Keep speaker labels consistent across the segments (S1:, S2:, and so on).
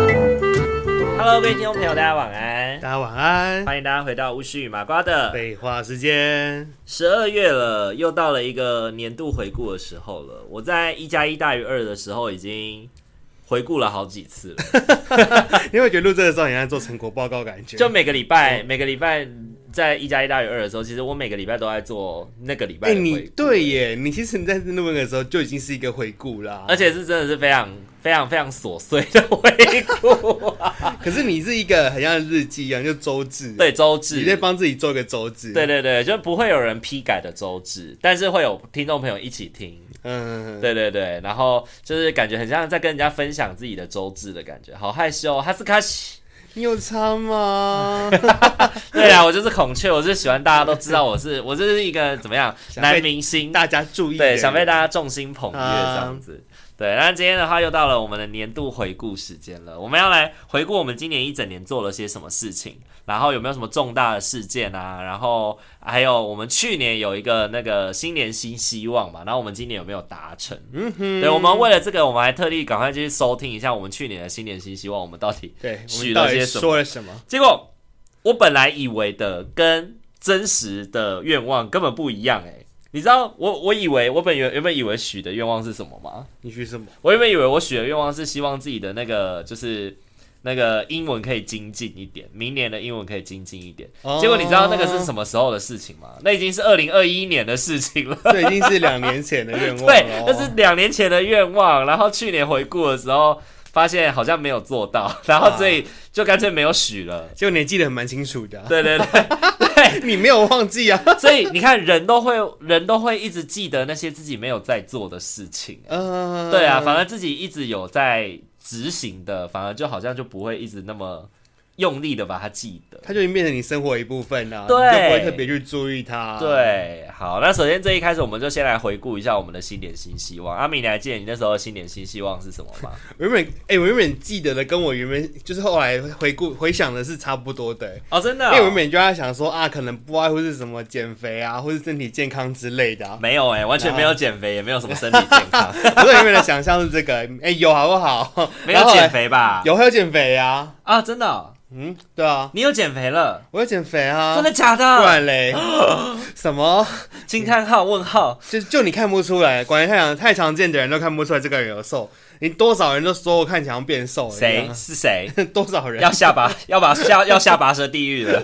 S1: Hello，各位听众朋友，大家晚安
S2: 大。家晚安。
S1: 欢迎大家回到巫师与麻瓜的。
S2: 废话时间，
S1: 十二月了，又到了一个年度回顾的时候了。我在一加一大于二的时候已经回顾了好几次了，
S2: 你会觉得录这个时候很像做成果报告感 觉？
S1: 就每个礼拜，每个礼拜在一加一大于二的时候，其实我每个礼拜都在做那个礼拜
S2: 哎、
S1: 的回顾、
S2: 你对耶，你其实你在录那个时候就已经是一个回顾啦。
S1: 而，且是真的是非常非常非常琐碎的回顾，
S2: 可是你是一个很像日记一样，就周志。，
S1: 对周志，
S2: 你在帮自己做个周志。
S1: 对，对对，就不会有人批改的周志，但是会有听众朋友一起听。
S2: 嗯，
S1: 对对对，然后就是感觉很像在跟人家分享自己的周志的感觉，好害羞哦，哈斯卡西。
S2: 你有差 吗？
S1: 对啊，我就是孔雀，我就是喜欢大家都知道我是我就是一个怎么样
S2: 想被
S1: 男明星，
S2: 大家注意，
S1: 对，想被大家众星捧月这样子。对，那今天的话又到了我们的年度回顾时间了，我们要来回顾我们今年一整年做了些什么事情，然后有没有什么重大的事件啊，然后还有我们去年有一个那个新年新希望嘛，然后我们今年有没有达成？嗯哼，对，我们为了这个，我们还特地赶快去收听一下我们去年的新年新希望，我们到底
S2: 对，我
S1: 许
S2: 们到
S1: 了
S2: 底
S1: 些什么？
S2: 说了什么？
S1: 结果我本来以为的跟真实的愿望根本不一样哎、你知道我我以为我本原原本以为许的愿望是什么吗？
S2: 你许什 么？
S1: 我原本以为我许的愿望是希望自己的那个就是那个英文可以精进一点，明年的英文可以精进一点。结果你知道那个是什么时候的事情吗？那已经是二零二一年的事情了。
S2: 这已经是两年前的愿望
S1: 对，
S2: 了哦
S1: 那是两年前的愿望，然后去年回顾的时候发现好像没有做到，然后所以就干脆没有许了。
S2: 结果你还记得蛮清楚的啊、
S1: 对对对，
S2: 你没有忘记啊。
S1: 所以你看，人都会人都会一直记得那些自己没有在做的事情。
S2: 嗯、
S1: 对啊，反而自己一直有在执行的，反而就好像就不会一直那么用力的把它记得。
S2: 它就已经变成你生活一部分啦、
S1: 对
S2: 你就不会特别去注意
S1: 啊
S2: 它。，
S1: 对，好，那首先这一开始我们就先来回顾一下我们的新年新希望。阿米，你还记得你那时候的新年新希望是什么吗？
S2: 我原本哎、我原本记得的跟我原本就是后来回顾回想的是差不多的、
S1: 哦，真的
S2: 因
S1: 哦、。
S2: 为哎我原本就在想说啊，可能不外乎是什么减肥啊，或是身体健康之类的、啊
S1: 没有哎、完全没有减肥，也没有什么身体健 康，
S2: 我原本的想象是这个， 哎、有好不好？
S1: 没
S2: 然
S1: 有
S2: 后后来
S1: 减，肥吧？
S2: 有还有减肥啊，
S1: 啊，真的哦、
S2: 嗯，对啊，
S1: 你有减肥了？
S2: 我有减肥啊，
S1: 真的假
S2: 不
S1: 的？
S2: 然嘞，什么？
S1: 惊叹号问号。
S2: 就就你看不出来，果然太常太常见的人都看不出来这个人有瘦。你多少人都说我看起来好像变瘦了，
S1: 谁是谁？
S2: 这 样？多少人？
S1: 要下巴， 要把下要下巴蛇地狱 了。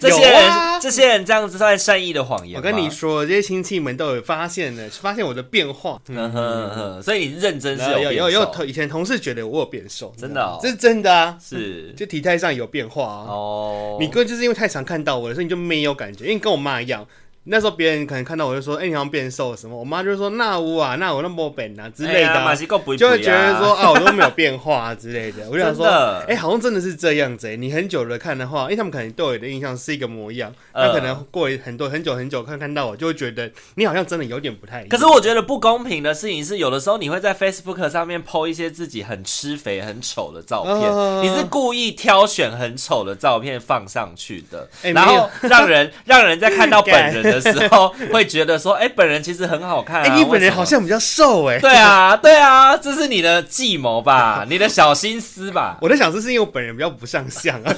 S1: 这些
S2: 有
S1: 人、
S2: 啊
S1: 这些人这样子算善意的谎言吗
S2: 我跟你，说，这些亲戚们都有发现呢，发现我的变化。
S1: 嗯哼嗯哼，所以你认真是
S2: 有有
S1: 变
S2: 有
S1: 瘦
S2: 有，以前同事觉得我有变瘦，
S1: 真的哦
S2: 这是真的啊，
S1: 是
S2: 就体态上有变化啊。
S1: 哦，
S2: 你哥就是因为太常看到我了，所以你就没有感觉，因为你跟我妈一样。那时候别人可能看到我就说：“哎、你好像变瘦了什么？”我妈就说：“那我啊，那我那么本啊之类的、
S1: 哎呀
S2: 啊。
S1: 马西够不
S2: 就会觉得说啊，我都没有变化啊之类的。我就想
S1: 真
S2: 说
S1: 的，
S2: 哎、好像真的是这样子、哎，你很久了看的话，因为他们可能对我的印象是一个模样，那、
S1: 呃
S2: 可能过了很多很久很久看看到我，就会觉得你好像真的有点不太一样。
S1: 可是我觉得不公平的事情是，有的时候你会在 Facebook 上面 po 一些自己很吃肥、很丑的照片，
S2: 嗯
S1: 你是故意挑选很丑的照片放上去的，
S2: 哎
S1: 然
S2: 没
S1: 后
S2: 有
S1: 让 人让人在看到本
S2: 干
S1: 人的时候会觉得说，哎、本人其实很好看、啊。
S2: 哎、你本
S1: 为什
S2: 人
S1: 么
S2: 好像比较瘦哎、
S1: 对啊，对啊，这是你 的计谋吧，你的小心思吧。
S2: 我在想，这是因为我本人比较不上相啊，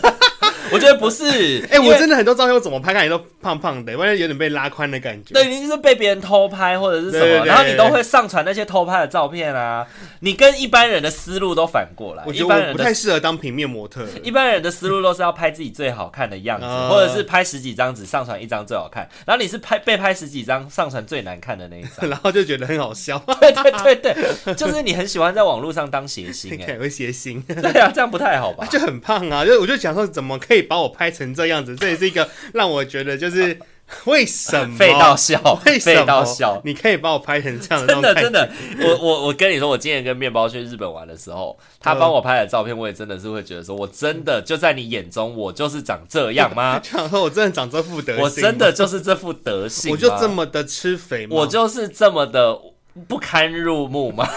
S1: 我觉得不是，
S2: 哎、
S1: 因
S2: 我
S1: 为
S2: 真的很多照片我怎么拍看起来都胖胖的，万一有点被拉宽的感觉。
S1: 对，啊你就是被别人偷拍或者是什么，
S2: 对对对
S1: 然后你都会上传那些偷拍的照片啊。你跟一般人的思路都反过来，
S2: 我
S1: 一
S2: 觉
S1: 般
S2: 得我
S1: 人
S2: 不
S1: 的
S2: 太适合当平面模特。
S1: 一般人的思路都是要拍自己最好看的样子，
S2: 啊
S1: 或者是拍十几张只上传一张最好看，然后你是拍被拍十几张上传最难看的那一张。
S2: 然后就觉得很 好笑，
S1: 对对对对，就是你很喜欢在网络上当谐星
S2: 看起
S1: 哎、
S2: 来会谐星，
S1: 对啊，这样不太好吧？
S2: 就很胖啊！就我就想说，怎么可以把我拍成这样子？这也是一个让我觉得就是 为什 么
S1: 废到笑，
S2: 为什
S1: 废
S2: 么
S1: 到笑，
S2: 你可以把我拍成这样
S1: 真的
S2: 那
S1: 真
S2: 种感觉？
S1: 的，我我我跟你说，我今年跟面包去日本玩的时候，他帮我拍的照片，我也真的是会觉得说，我真的就在你眼中，我就是长这样吗
S2: 就想说我真的长这副德行，
S1: 我真的，就是这副德行吗，
S2: 我就这么的吃肥吗？
S1: 我就是这么的不堪入目吗？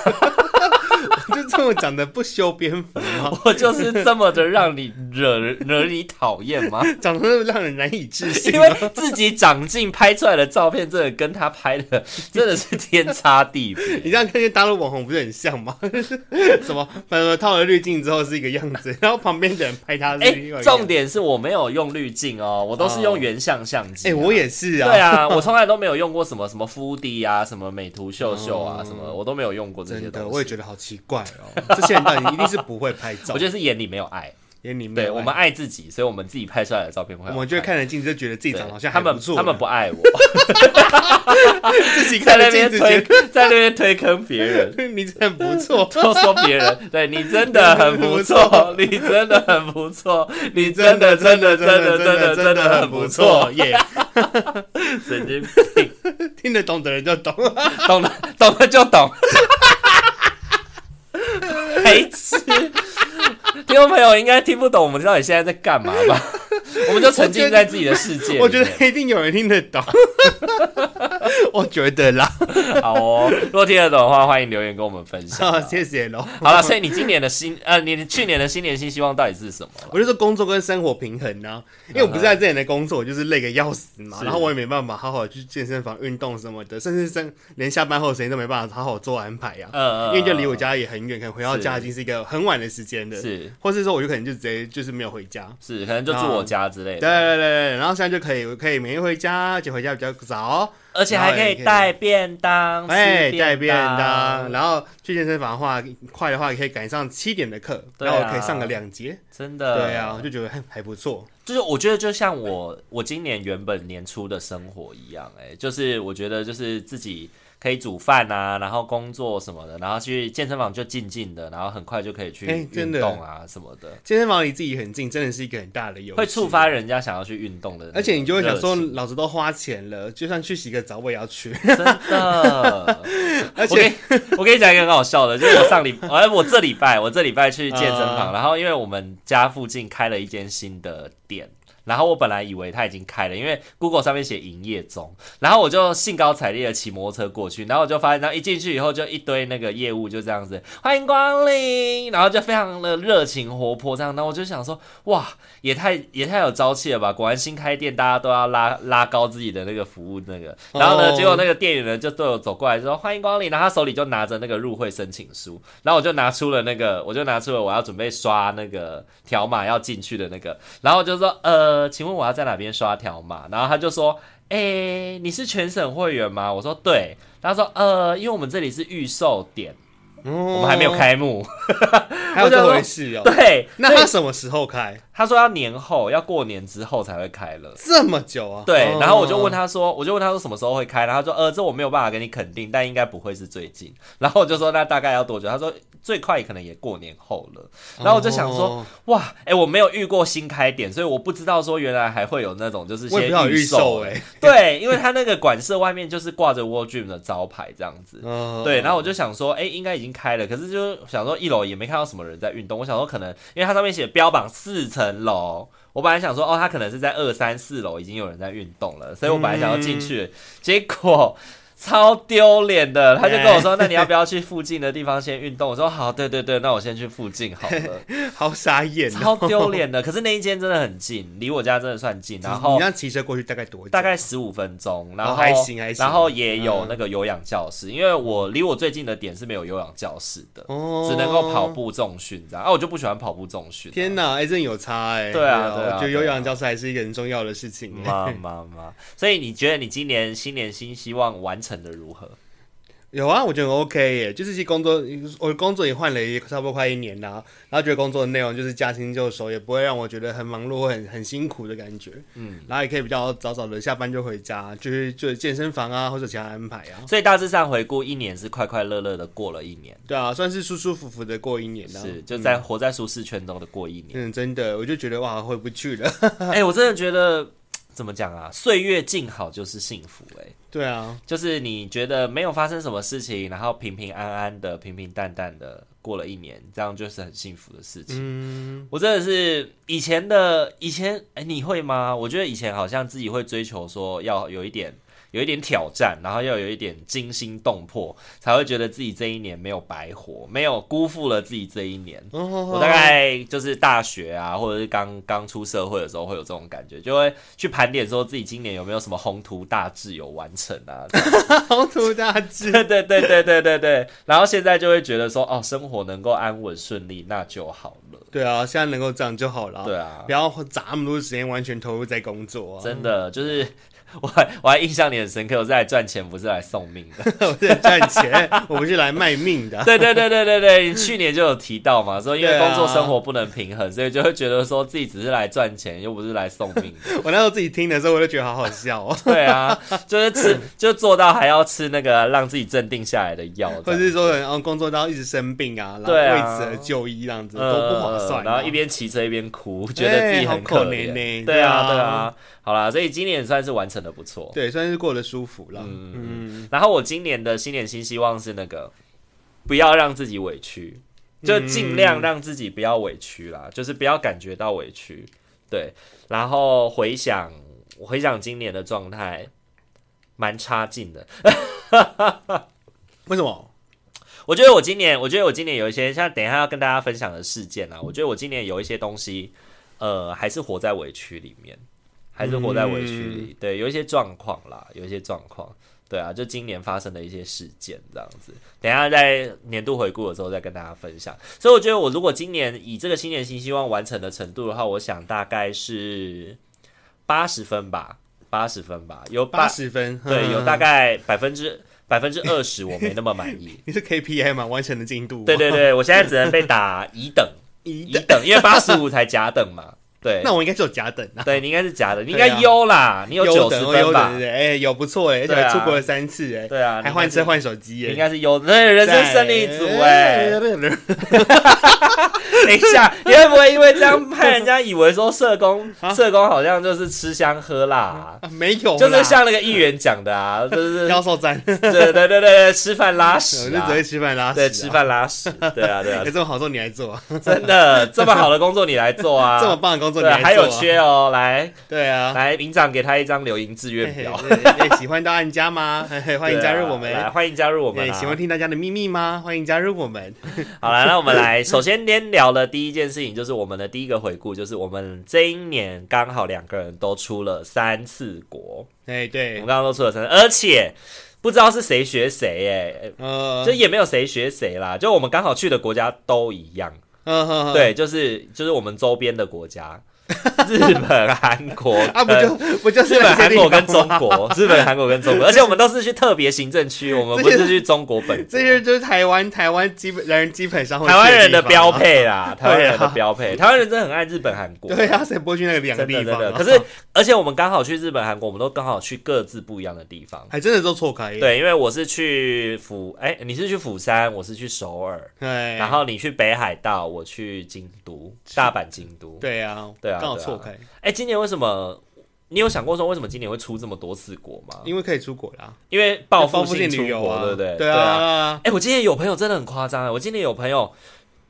S2: 我 就这么长得不修边 幅吗？
S1: 我就是这么的让你惹惹你讨厌 吗？
S2: 长得让人难以置信
S1: 因
S2: 吗。
S1: 为自己长进拍出来的照片，真的跟他拍的真的是天差地别。
S2: 你这样看见大陆网红不是很像吗？ 什么，反正套了滤镜之后是一个样子，然后旁边的人拍他是
S1: 哎、
S2: 另外一个样子。
S1: 重点是我没有用滤镜哦，我都是用原相相机、
S2: 哎、我。也是啊，
S1: 对，啊， 我从来都没有用过什么什么 Foodie 啊，什么美图秀秀啊，什么我都没有用过这些
S2: 哦真
S1: 东
S2: 的，
S1: 西。
S2: 我也觉得好奇怪哦，这些人到底一定是不会拍照，哎
S1: 我觉得是眼里没有爱，
S2: 眼里面
S1: 对我们爱自己，所以我们自己拍出来的照片会好
S2: 我
S1: 看。
S2: 们就会看着镜子就觉得自己
S1: 对
S2: 长得好像
S1: 他
S2: 还
S1: 们
S2: 不错，
S1: 他们不爱我，
S2: 自己
S1: 在
S2: 看
S1: 那
S2: 着
S1: 边
S2: 镜子觉
S1: 推 在那边推坑别人。
S2: 得 你真的很不错，
S1: 都说别人，对你真的很不错， 你真的很不错， 你真的真的真的真的真的很不 错，
S2: 耶，
S1: 神经病，
S2: 听得懂的人就 懂，
S1: 懂了懂了就懂， 白痴。听众朋友应该听不懂我们到底现在在干嘛 吧？我们就沉浸在自己的世界里面
S2: 我觉得一定有人听得 懂，我觉得 啦，
S1: 好哦。如果听得懂的话，欢迎留言跟我们分享啊。
S2: 哦谢谢喽。
S1: 好了，所以你今年的新呃，你去年的新年新希望到底是什么了？
S2: 我就说工作跟生活平衡啊，因为我不是在这里的工作，我就是累个要死嘛，
S1: 是
S2: 然后我也没办法好好去健身房运动什么的，甚至生连下班后的时间都没办法好好做安排呀、啊，
S1: 呃，
S2: 因为就离我家也很远，可能回到家已经是一个很晚的时间了，
S1: 是
S2: 或是说我就可能就直接就是没有回家。
S1: 是，可能就住我家之类
S2: 对
S1: 的。
S2: 对对对，然后现在就可以可以每天回家，就回家比较早，
S1: 而且还可以带便当，
S2: 哎，
S1: 吃
S2: 带便当，
S1: 当，
S2: 然后去健身房的话，快的话也可以赶上七点的课，
S1: 对
S2: 然
S1: 啊
S2: 后可以上个两节，
S1: 真的，
S2: 对啊，我就觉得还还不错，
S1: 就是我觉得就像我我今年原本年初的生活一样、哎，就是我觉得就是自己可以煮饭啊，然后工作什么的，然后去健身房就静静的，然后很快就可以去
S2: 哎真
S1: 运
S2: 的
S1: 动啊什么的，
S2: 健身房离自己很近，真的是一个很大的优势，
S1: 会触发人家想要去运动的那种热情，
S2: 而且你就会想说，老子都花钱了，就算去洗个澡我也要 去。
S1: 真 的。
S2: 而
S1: 我跟
S2: 且
S1: 你 我跟你讲一个很好笑的，就是我上礼， 哎，我这礼拜我这礼拜去健身
S2: 啊
S1: 房，然后因为我们家附近开了一间新的店。然后我本来以为它已经开了，因为 Google 上面写营业中，然后我就兴高采烈的骑摩托车过去，然后我就发现，然后一进去以后就一堆那个业务就这样子，欢迎光临，然后就非常的热情活泼这样，然后我就想说，哇，也太也太有朝气了吧！果然新开店大家都要拉拉高自己的那个服务那个，然后呢，
S2: 哦
S1: 结果那个店员呢就对我走过来说欢迎光临，然后他手里就拿着那个入会申请书，然后我就拿出了那个，我就拿出了我要准备刷那个条码要进去的那个，然后我就说呃，请问我要在哪边刷条码？然后他就说。诶，你是全省会员吗？我说对，他说呃，因为我们这里是预售点，
S2: 我
S1: 我们还没有，开幕。
S2: 哦 还有这回事哦。
S1: 对，
S2: 那
S1: 所
S2: 他
S1: 以
S2: 什么时候开？
S1: 他说要年后，要过年之后才会开了。
S2: 这么久啊？
S1: 对
S2: 哦，
S1: 然后我就问，他说，我就问他说什么时候会开，然后他说，呃，这我没有办法跟你肯定，但应该不会是最近。然后我就说，那大概要多久？他说最快也可能也过年后了。然后我就想说，
S2: 哦，
S1: 哇，哎、我没有遇过新开点，所以我不知道说原来还会有那种就是
S2: 我
S1: 先
S2: 也不知道有预售
S1: 售
S2: 哎。
S1: 对，因为他那个馆舍外面就是挂着 w o r d r e a m 的招牌这样子。
S2: 哦
S1: 对，然后我就想说，哎、应该已经开了，可是就想说一楼也没看到什么人在运动，我想说可能因为它上面写标榜四层楼，我本来想说哦，它可能是在二三四楼已经有人在运动了，所以我本来想要进去，结果。 超丢脸的。他就跟我说：“那你要不要去附近的地方先运动？”我说：“好，对对对，那我先去附近好了。
S2: 好傻”眼、
S1: 超
S2: 哦，
S1: 丢脸的。可是那一间真的很近，离我家真的算近。然后
S2: 你让骑车过去大概多久？
S1: 大概十五分钟，然后、
S2: 哦还行还行嗯
S1: 然后也有那个有氧教室，因为我离我最近的点是没有有氧教室的，
S2: 哦
S1: 只能够跑。步重训这样。啊，我就不喜欢跑步重训、啊
S2: 天
S1: 哪！
S2: 哪，哎、真的有差哎、
S1: 对啊对
S2: 我
S1: 啊
S2: 觉得
S1: 对
S2: 有
S1: 啊
S2: 氧教室还是一个很重要的事情、哎
S1: 妈妈妈！ 所以你觉得你今年新年新希望完成的如何？
S2: 有啊，我觉得很 OK 耶，就是其实工作，我的工作也换了也差不多快一年啦、然后觉得工作的内容就是驾轻就熟，也不会让我觉得很忙碌、很很辛苦的感觉。嗯，然后也可以比较早早的下班就回家，就是就是健身房啊或者其他安排啊。
S1: 所以大致上回顾，一年是快快乐乐的过了一年，
S2: 对啊，算是舒舒服服的过一年啦、
S1: 是就在活在舒适圈中的过一年。
S2: 嗯，真的，我就觉得哇，回不去了。
S1: 哎、我真的觉得怎么讲啊，岁月静好就是幸福、哎，
S2: 对啊，
S1: 就是你觉得没有发生什么事情，然后平平安安的、平平淡淡的过了一年，这样就是很幸福的事情。
S2: 嗯，
S1: 我真的是以前的以前，哎、你会吗？我觉得以前好像自己会追求说要有一点。有一点挑战，然后要有一点惊心动魄，才会觉得自己这一年没有白活，没有辜负了自己这一年。
S2: 我
S1: 我大概就是大学啊，或者是刚刚出社会的时候会有这种感觉，就会去盘点说自己今年有没有什么宏图大志有完成啊。
S2: 好土大志，
S1: 对对对对对对对。然后现在就会觉得说，哦，生活能够安稳顺利，那就好了。
S2: 对啊，现在能够这样就好了。
S1: 对啊
S2: 不要砸那么多时间，完全投入在工作啊。
S1: 真的就是。我还我还印象里很深刻，我是来赚钱，不是来送命的。
S2: 我在赚钱，我不是来卖命的。
S1: 对对对对对对，你去年就有提到嘛，说因为
S2: 对啊
S1: 工作生活不能平衡，所以就会觉得说自己只是来赚钱，又不是来送命 的。
S2: 我那时候自己听的时候，我就觉得好好笑哦，
S1: 对啊，就是吃，就做到还要吃那个让自己镇定下来的药，
S2: 或
S1: 这
S2: 者
S1: 样
S2: 是说，然后工作到一直生病啊，然后
S1: 对啊
S2: 为此而就医这样子，
S1: 呃
S2: 都不划算啊。哎
S1: 然后一边骑车一边哭，觉得自己很
S2: 好可
S1: 怜
S2: 怜呢
S1: 对啊，
S2: 对啊
S1: 对啊，好啦，所以今年也算是完成的不错。
S2: 对，算是过得舒服了。嗯，
S1: 然后我今年的新年新希望是那个，不要让自己委屈，就尽量让自己不要委屈
S2: 嗯
S1: 啦，就是不要感觉到委屈。对，然后回想回想今年的状态，蛮差劲的。
S2: 为什么？
S1: 我觉得我今年，我觉得我今年有一些像等一下要跟大家分享的事件啊，我觉得我今年有一些东西，呃，还是活在委屈里面，还是活在委屈里，对，有一些状况啦，有一些状况，对啊，就今年发生的一些事件这样子，等一下在年度回顾的时候再跟大家分享。所以我觉得我如果今年以这个新年新希望完成的程度的话，我想大概是八十分吧，八十分吧，有
S2: 八
S1: 八
S2: 十分，嗯
S1: 对，有大
S2: 概。
S1: 概百分之百分之二十我没那么满意。
S2: 你是 KPI 嘛？完成的进度。
S1: 对对对，我现在只能被打乙等，
S2: 一
S1: 乙等，因为八十五才甲等嘛。对，
S2: 那我应该是有甲等啊，
S1: 对你应该是甲等，你应
S2: 对啊
S1: 该优啦，你有
S2: 优
S1: 九
S2: 等
S1: 十
S2: 哦优
S1: 分
S2: 等
S1: 吧
S2: 对不？对？哎，有不错哎，而且
S1: 对啊
S2: 还出国了三次哎，
S1: 对啊，
S2: 还换车
S1: 身，
S2: 换手机
S1: 你应
S2: 耶。
S1: 该是优，对，人生胜利组哎。等一下，你会不会因为这样害人家以为说社工
S2: 啊
S1: 社工好像就是吃香喝辣啊？
S2: 啊 没有啦，
S1: 就是像那个议员讲的啊， 就是
S2: 销售站，我
S1: 对对对对对，吃饭拉
S2: 就
S1: 屎
S2: 只
S1: 啊，
S2: 会吃饭拉屎啊，
S1: 对，吃饭拉屎，对啊对啊
S2: 哎，，这么好做你还做啊，
S1: 真的这么好的工作你来做啊，
S2: 这么棒的工作你
S1: 对，还
S2: 还做
S1: 有
S2: 啊
S1: 缺哦，来
S2: 对啊，
S1: 来，营长给他一张留营志
S2: 嘿
S1: 愿
S2: 嘿
S1: 表，
S2: 嘿嘿喜欢到按家吗？嘿嘿欢迎加入我们。
S1: 对啊来欢迎加入我们
S2: 对
S1: 啊。
S2: 喜欢听大家的秘密吗？欢迎加入我们。
S1: 好了，那我们来，首先先聊的第一件事情就是我们的第一个回顾，就是我们这一年刚好两个人都出了三次国，
S2: 哎，
S1: 我
S2: 对
S1: 们，刚刚都出了三次，而且不知道是谁学谁哎、
S2: 呃
S1: 就，也没有谁学谁啦，就我们刚好去的国家都一样，
S2: 呵呵呵，
S1: 对，就是就是我们周边的国 家，日本、韩国
S2: 啊，不就不就是
S1: 日本、
S2: 那些
S1: 韩
S2: 地
S1: 国
S2: 方
S1: 跟中
S2: 吗，
S1: 国，日本、韩国跟中国，而且我们都是去特别行政区，我们不是去中国本国
S2: 这些就是台湾台湾基本人基本上会
S1: 台湾人的
S2: 去地方
S1: 标
S2: 啊。
S1: 配啦，台湾人
S2: 对
S1: 的
S2: 啊
S1: 标配，台湾人真的很爱日本、韩国，
S2: 对啊，谁不会去那个两个
S1: 真的
S2: 地
S1: 真
S2: 方
S1: 的。
S2: 啊？
S1: 可是，而且我们刚好去日本、韩国，我们都刚好去各自不一样的地方。
S2: 还真的都错开耶。
S1: 对，因为我是去釜，哎、你是去釜山，我是去首尔，
S2: 对，
S1: 然后你去北海道，我去京都、大阪、京都。，
S2: 对啊，
S1: 对啊
S2: 刚好
S1: 对啊
S2: 错开，
S1: 哎、今年为什么？你有想过说为什么今年会出这么多次国吗？
S2: 因为可以出国啦，
S1: 因为报
S2: 报
S1: 复
S2: 复
S1: 性
S2: 性
S1: 出
S2: 旅游
S1: 国，
S2: 啊，
S1: 对不对？
S2: 对啊，
S1: 哎、我今天有朋友真的很夸张啊！我今天有朋友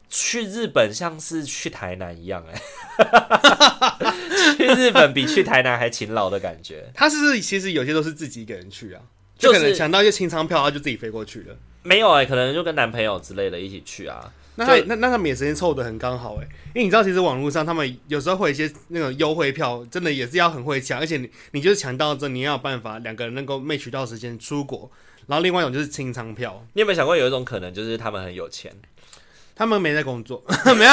S1: 去日本像是去台南一样、欸 哎，去日本比去台南还勤劳的感觉。
S2: 他是不是其实有些都是自己一个人去啊？就
S1: 就
S2: 可能
S1: 是
S2: 抢到一些清仓票，他就自己飞过去了。
S1: 没有哎、可能就跟男朋友之类的一起去啊。
S2: 那他
S1: 就
S2: 那那他们也时间凑的很刚好哎、因为你知道，其实网络上他们有时候会有一些那种优惠票，真的也是要很会抢，而且你你就是抢到之后，你要有办法两个人能够 match 到时间出国。然后另外一种就是清仓票，
S1: 你有没有想过有一种可能，就是他们很有钱，
S2: 他们没在工作，没有，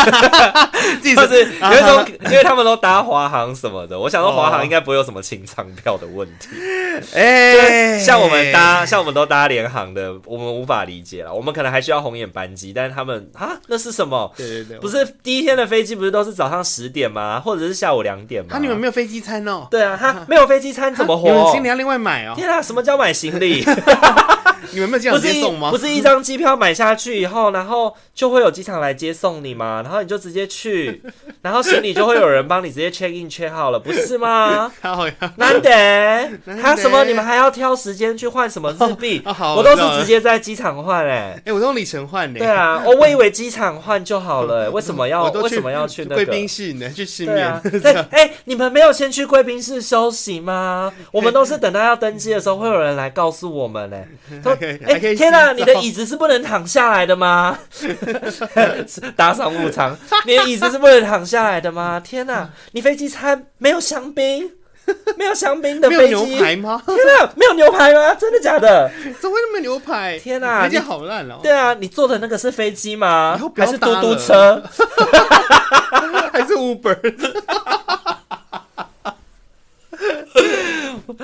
S2: 自己
S1: 就是是有一种，因为他们都搭华航什么的，我想说华航应该不会有什么清仓票的问题。
S2: 哎，
S1: 像我们搭，像我们都搭联航的，我们无法理解了。我们可能还需要红眼班机，但是他们啊，那是什么？
S2: 对对对，
S1: 不是第一天的飞机不是都是早上十点吗？或者是下午两点吗？
S2: 啊，你们没有飞机餐哦，
S1: 对啊， 哈，没有飞机餐怎么
S2: 你们
S1: 活
S2: 行李？要另外买哦，
S1: 天啊，什么叫买行 李？
S2: 你们没有这样
S1: 不
S2: 直
S1: 是
S2: 接
S1: 一
S2: 送吗？
S1: 不是一张机票买下去以后，然后就会有机场来接送你嘛，然后你就直接 去，然后行李就会有人帮你直接 check in check 好了，不是 吗？
S2: 他好像
S1: 难得
S2: 难得
S1: 他什么？你们还要挑时间去换什么日币？
S2: 哦好
S1: 我都
S2: 我知道了
S1: 是直接在机场换哎、
S2: 哎，我都用里程换呢，
S1: 对啊，哦，我以为机场换就好了欸、为什么要
S2: 我都
S1: 为什么要去那
S2: 贵
S1: 个？
S2: 宾室呢？去吃
S1: 对
S2: 面
S1: 啊，，对，哎、你们没有先去贵宾室休息 吗？我们都是等到要登机的时候，会有人来告诉我 们呢、说
S2: 还可以，
S1: 哎、
S2: 还可以
S1: 天哪、你的
S2: 洗澡
S1: 椅子是不能躺下来的吗？ 打赏误舱，你的椅子是不能躺下来的吗？天哪、你飞机餐没有香槟，没有香槟的
S2: 没有
S1: 飞机，
S2: 牛排吗？
S1: 天哪、没有牛排吗？真的假的？
S2: 怎么会那么牛排？
S1: 天哪
S2: 那件
S1: 你
S2: 好烂哦！
S1: 对啊，你坐的那个是飞机吗
S2: 以后？不要
S1: 还是嘟嘟
S2: 搭了
S1: 车？啊
S2: 还 是 Uber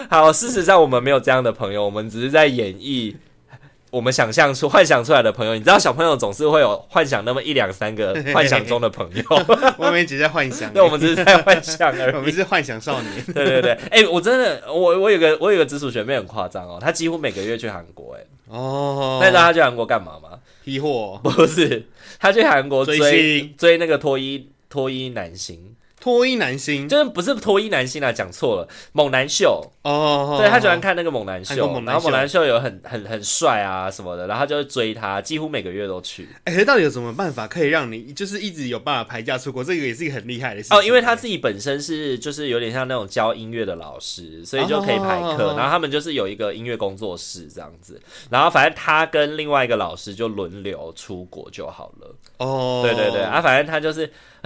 S1: 好，事实上我们没有这样的朋友，我们只是在演绎我们想象出、幻想出来的朋友。你知道，小朋友总是会有幻想那么一两三 个幻想中的朋友，
S2: 我们一直在幻想，
S1: 那我们只是在幻想而
S2: 我
S1: 已。
S2: 们是幻想少年。
S1: 对对对，哎、我真的，我我有个我有个直属学妹很夸张哦，她几乎每个月去韩国、哎、
S2: 哦
S1: 那你知道她去韩国干嘛吗？
S2: 疑惑
S1: 不是，她去韩国追
S2: 追星
S1: 追那个脱衣脱衣男星，
S2: 脱衣男星
S1: 就是不是脱衣男星啊，讲错了，猛男秀。
S2: 哦，
S1: 对他喜欢看那个猛男
S2: 韩国
S1: 秀，
S2: 猛男
S1: 然后猛
S2: 秀
S1: 男秀有很很很帅啊什么的，然后他就会追他，几乎每个月都去
S2: 哎，可是到底有什么办法可以让你就是一直有办法排假出国？这个也是一个很厉害的事情
S1: 哦，因为他自己本身是就是有点像那种教音乐的老师，所以就可以排课。
S2: 哦
S1: 然后他们就是有一个音乐工作室这样子，然后反正他跟另外一个老师就轮流出国就好了。
S2: 哦，
S1: 对对对，啊，反正他就是，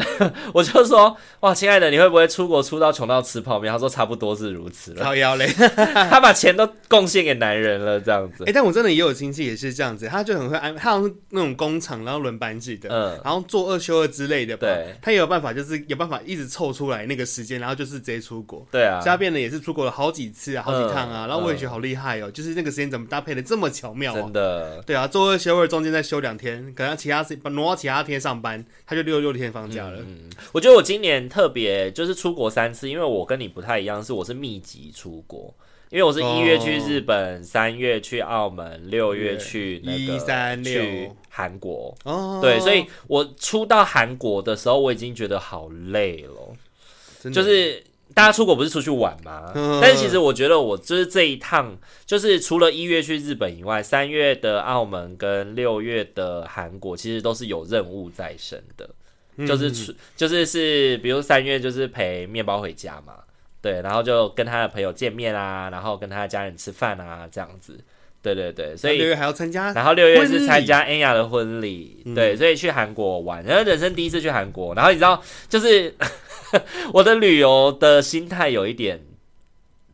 S1: 我就说哇，亲爱的，你会不会出国出到穷到吃泡面？他说差不多是如此了，
S2: 靠腰嘞。
S1: 他把钱都贡献给男人了这样子
S2: 哎、。但我真的也有亲戚也是这样子，他就很会安，他好像是那种工厂，然后轮班制的，
S1: 嗯
S2: 然后做二休二之类的吧，
S1: 对，
S2: 他也有办法，就是有办法一直凑出来那个时间，然后就是直接出国。
S1: 对啊，
S2: 所以他变得也是出国了好几次啊，好几趟啊，
S1: 嗯
S2: 然后我也觉得好厉害哦，就是那个时间怎么搭配的这么巧妙啊
S1: 真？的。
S2: 对啊，做二休二中间再休两天，可能其他时挪到其他天上班，他就六六天放假
S1: 嗯
S2: 了。
S1: 我觉得我今年特别就是出国三次，因为我跟你不太一样，是我是密集出国，因为我是
S2: 哦
S1: 一月去日本，三、月去澳门，六月去那个
S2: 哦一三六
S1: 去韩国。
S2: 哦，
S1: 对，所以我出到韩国的时候，我已经觉得好累了。
S2: 真的
S1: 就是大家出国不是出去玩吗？
S2: 嗯
S1: 但是其实我觉得我就是这一趟，就是除了一月去日本以外，三月的澳门跟六月的韩国，其实都是有任务在身的。
S2: 嗯
S1: 就是出就是是，比如三月就是陪面包回家嘛，对，然后就跟他的朋友见面啊，然后跟他的家人吃饭啊，这样子，对对对，所
S2: 六
S1: 以
S2: 月还要参加
S1: 然后六月
S2: 婚
S1: 是
S2: 礼嗯
S1: 参加恩雅的婚礼，对，所以去韩国玩，然后人生第一次去韩国，然后你知道， 就是我的旅游的心态有一点，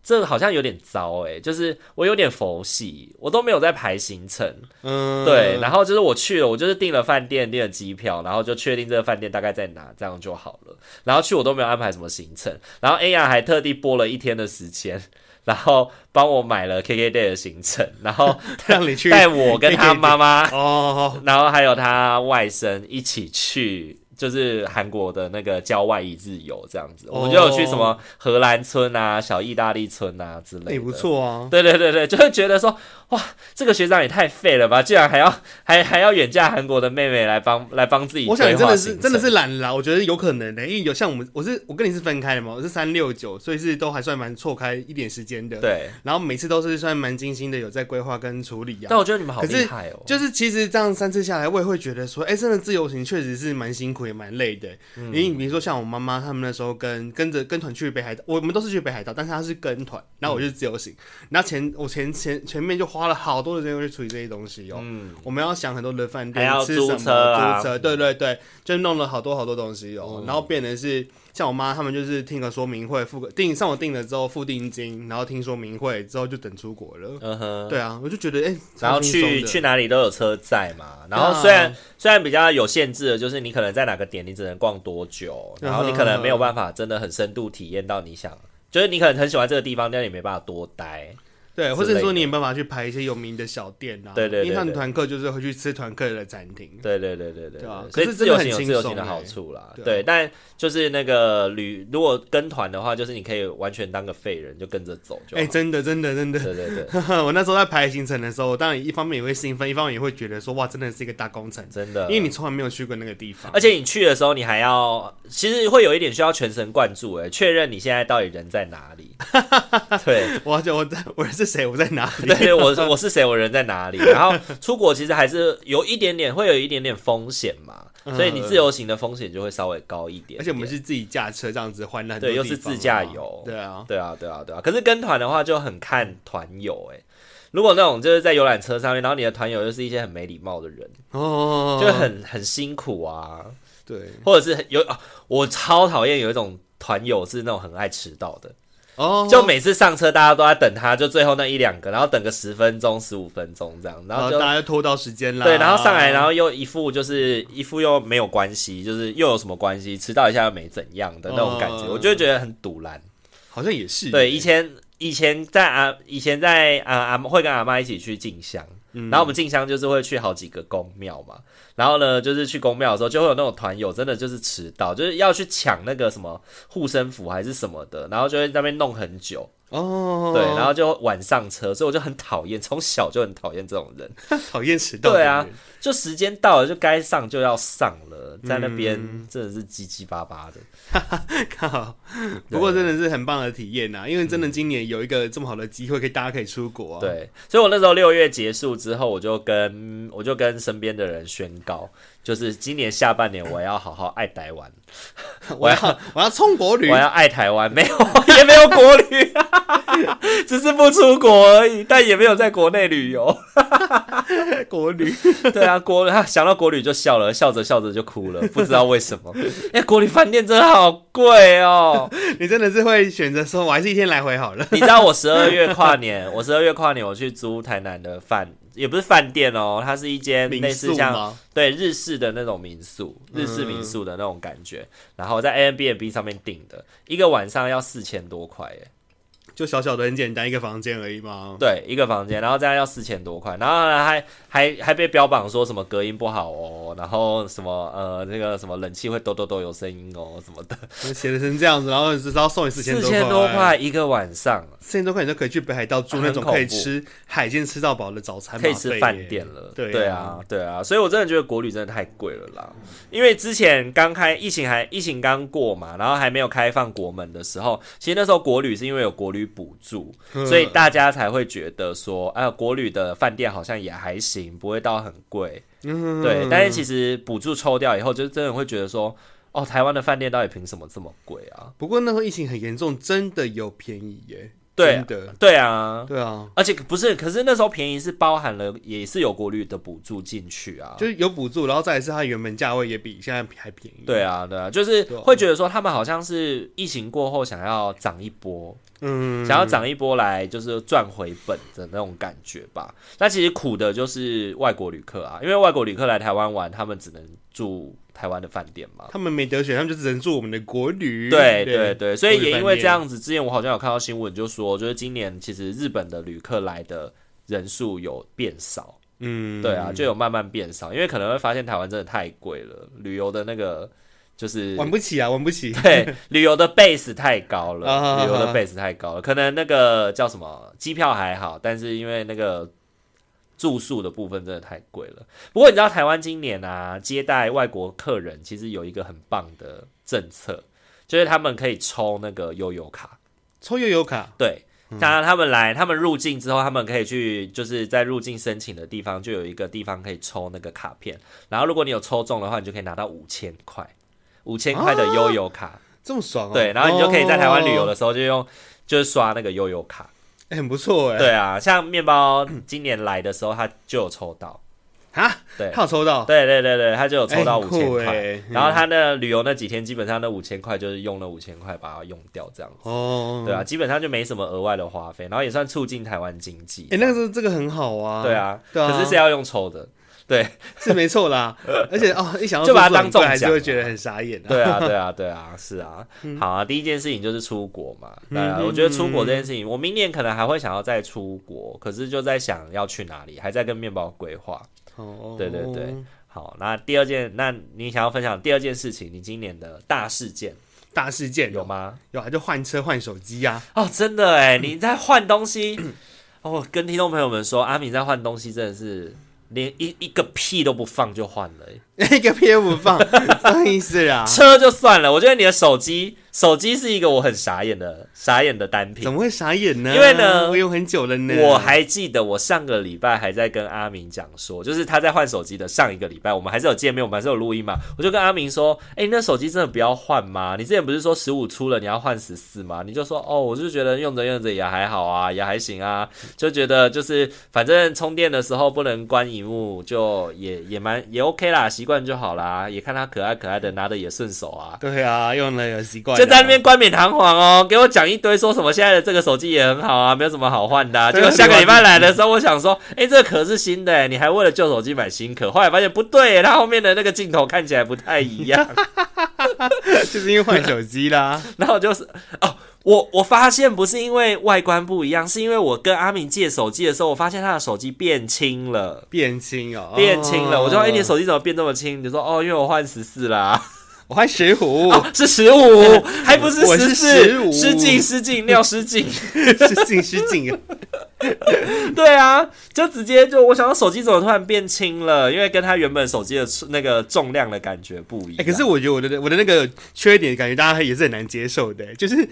S1: 这好像有点糟哎、就是我有点佛系，我都没有在排行程，
S2: 嗯，
S1: 对，然后就是我去了，我就是订了饭店，订了机票，然后就确定这个饭店大概在哪，这样就好了。然后去我都没有安排什么行程，然后 A R 还特地拨了一天的时间，然后帮我买了 KK Day 的行程，然后
S2: 让你去
S1: 带我跟他妈妈，
S2: 哦，
S1: 然后还有他外甥一起去。就是韩国的那个郊外一日游这样子，我们就有去什么荷兰村啊、小意大利村啊之类
S2: 那
S1: 的，
S2: 也哦不错啊。
S1: 对对对对，就会觉得说，哇，这个学长也太废了吧，居然还要 还还要远嫁韩国的妹妹来帮来帮自己
S2: 我
S1: 规划
S2: 想
S1: 行程。
S2: 你真的是真的是懒啦，我觉得有可能的、因为有像我们，我是我跟你是分开的嘛，我是三六九，所以是都还算蛮错开一点时间的。，
S1: 对，
S2: 然后每次都是算蛮精心的，有在规划跟处理啊。
S1: 但我觉得你们好
S2: 可是
S1: 厉害哦，
S2: 就是其实这样三次下来，我也会觉得说，哎、真的自由行确实是蛮辛苦苦也蛮累的。因为比如说像我妈妈他们那时候跟跟着跟团去北海道，我们都是去北海道，但是她是跟团，然后我就是自由行。然后前我前前前面就花了好多的时间去处理这些东西哦。我们要想很多的饭店
S3: 还要
S2: 吃什么，
S3: 租车啊
S2: 租车，对对对，就弄了好多好多东西哦。然后变成是像我妈他们就是听个说明会，付个订上我订了之后付定金，然后听说明会之后就等出国了。
S1: 嗯哼，
S2: 对啊，我就觉得哎、
S1: 然后
S2: 超轻松
S1: 去
S2: 的啊
S1: 去哪里都有车载嘛。然后虽然、虽然比较有限制的，就是你可能在哪个点你只能逛多
S2: 嗯
S1: 久，然后你可能没有办法真的很深度体验到你想，就是你可能很喜欢这个地方，但你没办法多待。
S2: 对，或
S1: 之
S2: 者
S1: 类
S2: 说
S1: 的
S2: 你有办法去排一些有名的小店啊。
S1: 对对对
S2: 因为他
S1: 对
S2: 们团课就是会去吃团课的餐厅。
S1: 对对对对对
S2: 对啊
S1: 所以
S2: 可是
S1: 自
S2: 真的
S1: 由
S2: 很
S1: 行有
S2: 轻
S1: 自由
S2: 松
S1: 行的
S2: 欸
S1: 好处啦。
S2: 对啊
S1: 对，但就是那个旅如果跟团的话，就是你可以完全当个废人，就跟着走就
S2: 哎、
S1: 好。
S2: 真的，真的，真的。
S1: 对对对，
S2: 我那时候在排行程的时候，我当然一方面也会兴奋，一方面也会觉得说，哇，真的是一个大工程，
S1: 真的，
S2: 因为你从来没有去过那个地方。
S1: 而且你去的时候，你还要，其实会有一点需要全神贯注，哎，确认你现在到底人在哪 里。对，
S2: 我就我我是谁，我在哪 里？
S1: 对，我是我是谁，我人在哪里？然后出国其实还是有一点点，会有一点点风险嘛，所以你自由行的风险就会稍微高一点点
S2: 嗯而且我们是自己驾车这样子换那很多
S1: 对又是
S2: 地方啊
S1: 自驾游
S2: 对啊，
S1: 对啊，对啊，对啊。可是跟团的话就很
S2: 嗯
S1: 看团友哎、如果那种就是在游览车上面，然后你的团友又是一些很没礼貌的人，
S2: 哦，
S1: 就很很辛苦啊。
S2: 对
S1: 或者是很有啊，我超讨厌有一种团友是那种很爱迟到的，
S2: 哦，
S1: 就每次上车大家都在等他，就最后那一两个，然后等个十分钟、十五分钟这样，然
S2: 然
S1: 后
S2: 后
S1: 就
S2: 大家就拖到时间啦。
S1: 对，然后上来，然后又一副就是一副又没有关系，就是又有什么关系，迟到一下又没怎样的那种感觉，
S2: 嗯
S1: 我就会觉得很堵然。
S2: 好像也是
S1: 对，以前以前在啊，以前在啊阿嬷会跟阿妈一起去进香，
S2: 嗯
S1: 然后我们进香就是会去好几个宫庙嘛，然后呢，就是去宫庙的时候就会有那种团友真的就是迟到，就是要去抢那个什么护身符还是什么的，然后就会在那边弄很久，
S2: 哦，
S1: 对，然后就晚上车，所以我就很讨厌，从小就很讨厌这种人，
S2: 讨厌迟到的
S1: 对
S2: 人。
S1: 啊就时间到了就该上就要上了，在那边
S2: 嗯
S1: 真的是唧唧巴巴的，
S2: 靠！不过真的是很棒的体验呐、啊因为真的今年有一个这么好的机会，可以大家可以出国啊。，
S1: 嗯 对，所以我那时候六月结束之后，我就跟我就跟身边的人宣告，就是今年下半年我要好好爱台湾，
S2: 我要我要冲国旅
S1: 我，要爱台湾，没有 也没有国旅， 只是不出国而已，但也没有在国内旅 游。
S2: 国旅，
S1: 对啊，国啊想到国旅就笑了，笑着笑着就哭了，不知道为什么。哎、国旅饭店真的好贵哦。
S2: 你真的是会选择说，我还是一天来回好了。
S1: 你知道我十二月跨年，我十二月跨年我去租台南的饭，也不是饭店哦，它是一间 类
S2: 民
S1: 似
S2: 宿
S1: 像
S2: 吗？
S1: 对日式的那种民宿，日式
S2: 嗯
S1: 民宿的那种感觉，然后在 Airbnb 上面订的，一个晚上要四千多块耶，
S2: 就小小的很简单一个房间而已嘛。
S1: 对，一个房间，然后这样要四千多块，然后呢还还还被标榜说什么隔音不好哦，然后什么呃那个什么冷气会抖抖抖有声音哦什么的，
S2: 写的成这样子，然后只知道送你四千
S1: 四
S2: 多
S1: 千多，块一个晚上，哦
S2: 四千多块你就可以去北海道住那
S1: 很
S2: 种
S1: 恐怖
S2: 可以吃海鲜吃到饱的早餐，
S1: 可以吃饭店。了。
S2: 对啊
S1: 对啊，对啊，所以我真的觉得国旅真的太贵了啦。因为之前刚开疫情还疫情刚过嘛，然后还没有开放国门的时候，其实那时候国旅是因为有国旅补助，
S2: 嗯
S1: 所以大家才会觉得说，哎、国旅的饭店好像也还行，不会到很贵。
S2: 嗯
S1: 对，但是其实补助抽掉以后，就真的会觉得说，哦，台湾的饭店到底凭什么这么贵啊？
S2: 不过那时候疫情很严重，真的有便宜耶。
S1: 对啊
S2: 真的，
S1: 对啊。
S2: 对啊，
S1: 而且不是，可是那时候便宜是包含了，也是有国旅的补助进去啊，
S2: 就是有补助，然后再来是它原本价位也比现在还便宜。
S1: 对啊，对啊，就是
S2: 对啊
S1: 会觉得说他们好像是疫情过后想要涨一波，
S2: 嗯，
S1: 想要涨一波来就是赚回本的那种感觉吧。那其实苦的就是外国旅客啊，因为外国旅客来台湾玩，他们只能住台湾的饭店嘛。
S2: 他们没得选，他们就只能住我们的国旅。
S1: 对对对，所以也因为这，
S2: 国旅饭店
S1: 样子，之前我好像有看到新闻，就说就是今年其实日本的旅客来的人数有变少，
S2: 嗯，
S1: 对啊，就有慢慢变少，因为可能会发现台湾真的太贵了，旅游的那个就是
S2: 玩不起啊，玩不起。
S1: 对，旅游的 base 太高了，
S2: 啊
S1: 旅游
S2: 啊
S1: 的 base 太高了。可能那个叫什么，机票还好，但是因为那个住宿的部分真的太贵了。不过你知道台湾今年啊，接待外国客人其实有一个很棒的政策，就是他们可以抽那个悠游卡。
S2: 抽悠游卡，
S1: 对，
S2: 嗯
S1: 当然他们来，他们入境之后，他们可以去就是在入境申请的地方就有一个地方可以抽那个卡片，然后如果你有抽中的话，你就可以拿到五千块，五千块
S2: 啊
S1: 的悠游卡。
S2: 这么爽哦！
S1: 对，然后你就可以在台湾旅游的
S2: 哦，
S1: 时候就用，就是刷那个悠游卡。
S2: 哎、很不错哎。
S1: 对啊，像面包今年来的时候他就有抽到，
S2: 啊，
S1: 对
S2: 他有抽到，
S1: 对对对对，他就有抽到
S2: 哎
S1: 五
S2: 很
S1: 千
S2: 酷
S1: 块。
S2: 哎
S1: 然后他那旅游那几天，基本上那五千块就是用了五千块把它用掉，这样子。
S2: 哦，
S1: 对啊，基本上就没什么额外的花费，然后也算促进台湾经济。
S2: 哎、那个时候这个很好啊，
S1: 对，啊，
S2: 对啊
S1: 可是是要用抽的，对，
S2: 是没错 啦。而且哦，一想到
S1: 就把它
S2: 这个
S1: 当中
S2: 还是
S1: 奖
S2: 会
S1: 啊
S2: 觉得很傻眼 啊。
S1: 对啊，对啊，对啊，是啊。好啊，第一件事情就是出国嘛。对啊，我觉得出国这件事情，我明年可能还会想要再出国，可是就在想要去哪里，还在跟面包规划。
S2: 哦，
S1: 对对对，好，那第二件，那你想要分享第二件事情，你今年的大事件
S2: 大事件
S1: 有
S2: 有
S1: 吗？
S2: 有啊，就换车换手机呀、啊。
S1: 哦，真的哎，你在换东西。哦，跟听众朋友们说，阿敏在换东西真的是连一一个屁都不放就换了欸。
S2: 一个 P 不放，什么意思啊？
S1: 车就算了，我觉得你的手机，手机是一个我很傻眼的傻眼的单
S2: 怎
S1: 品。
S2: 么会傻眼呢？
S1: 因为呢
S2: 我用很久了呢。
S1: 我还记得我上个礼拜还在跟阿明讲说，就是他在换手机的上一个礼拜，我们还是有见面，我们还是有录音嘛。我就跟阿明说，哎、那手机真的不要换吗？你之前不是说十五出了你要换十四吗？你就说哦，我就觉得用着用着也还好啊，也还行啊，就觉得就是反正充电的时候不能关荧幕，就也也蛮也 OK 啦，习惯就好啦，也看它可爱可爱的，拿的也顺手啊。
S2: 对啊，用了有习惯啊，
S1: 就在那边冠冕堂皇哦，给我讲一堆说什么现在的这个手机也很好啊，没有什么好换的、啊。结
S2: 对
S1: 果下个礼拜来的时候，我想说，哎、这个壳是新的、你还为了旧手机买新壳，后来发现不对、它后面的那个镜头看起来不太一样。
S2: 就是因为换手机啦。
S1: 然后就是哦，我我发现不是因为外观不一样，是因为我跟阿明借手机的时候，我发现他的手机变轻了。
S2: 变轻哦，
S1: 变轻了，我就说：“哎、
S2: 一
S1: 你
S2: 点
S1: 的手机怎么变这么轻？”你说：“哦，因为我换十四 啦。”
S2: 我换水浒，
S1: 哦，是十五，还不是
S2: 我
S1: 十
S2: 是
S1: 四，
S2: 15
S1: 失敬失敬，尿失敬。
S2: 失敬失敬啊。
S1: 对啊，就直接就我想到手机怎么突然变轻了，因为跟它原本手机的那个重量的感觉不一样。
S2: 哎、可是我觉得我的我的那个缺点，感觉大家也是很难接受的，就是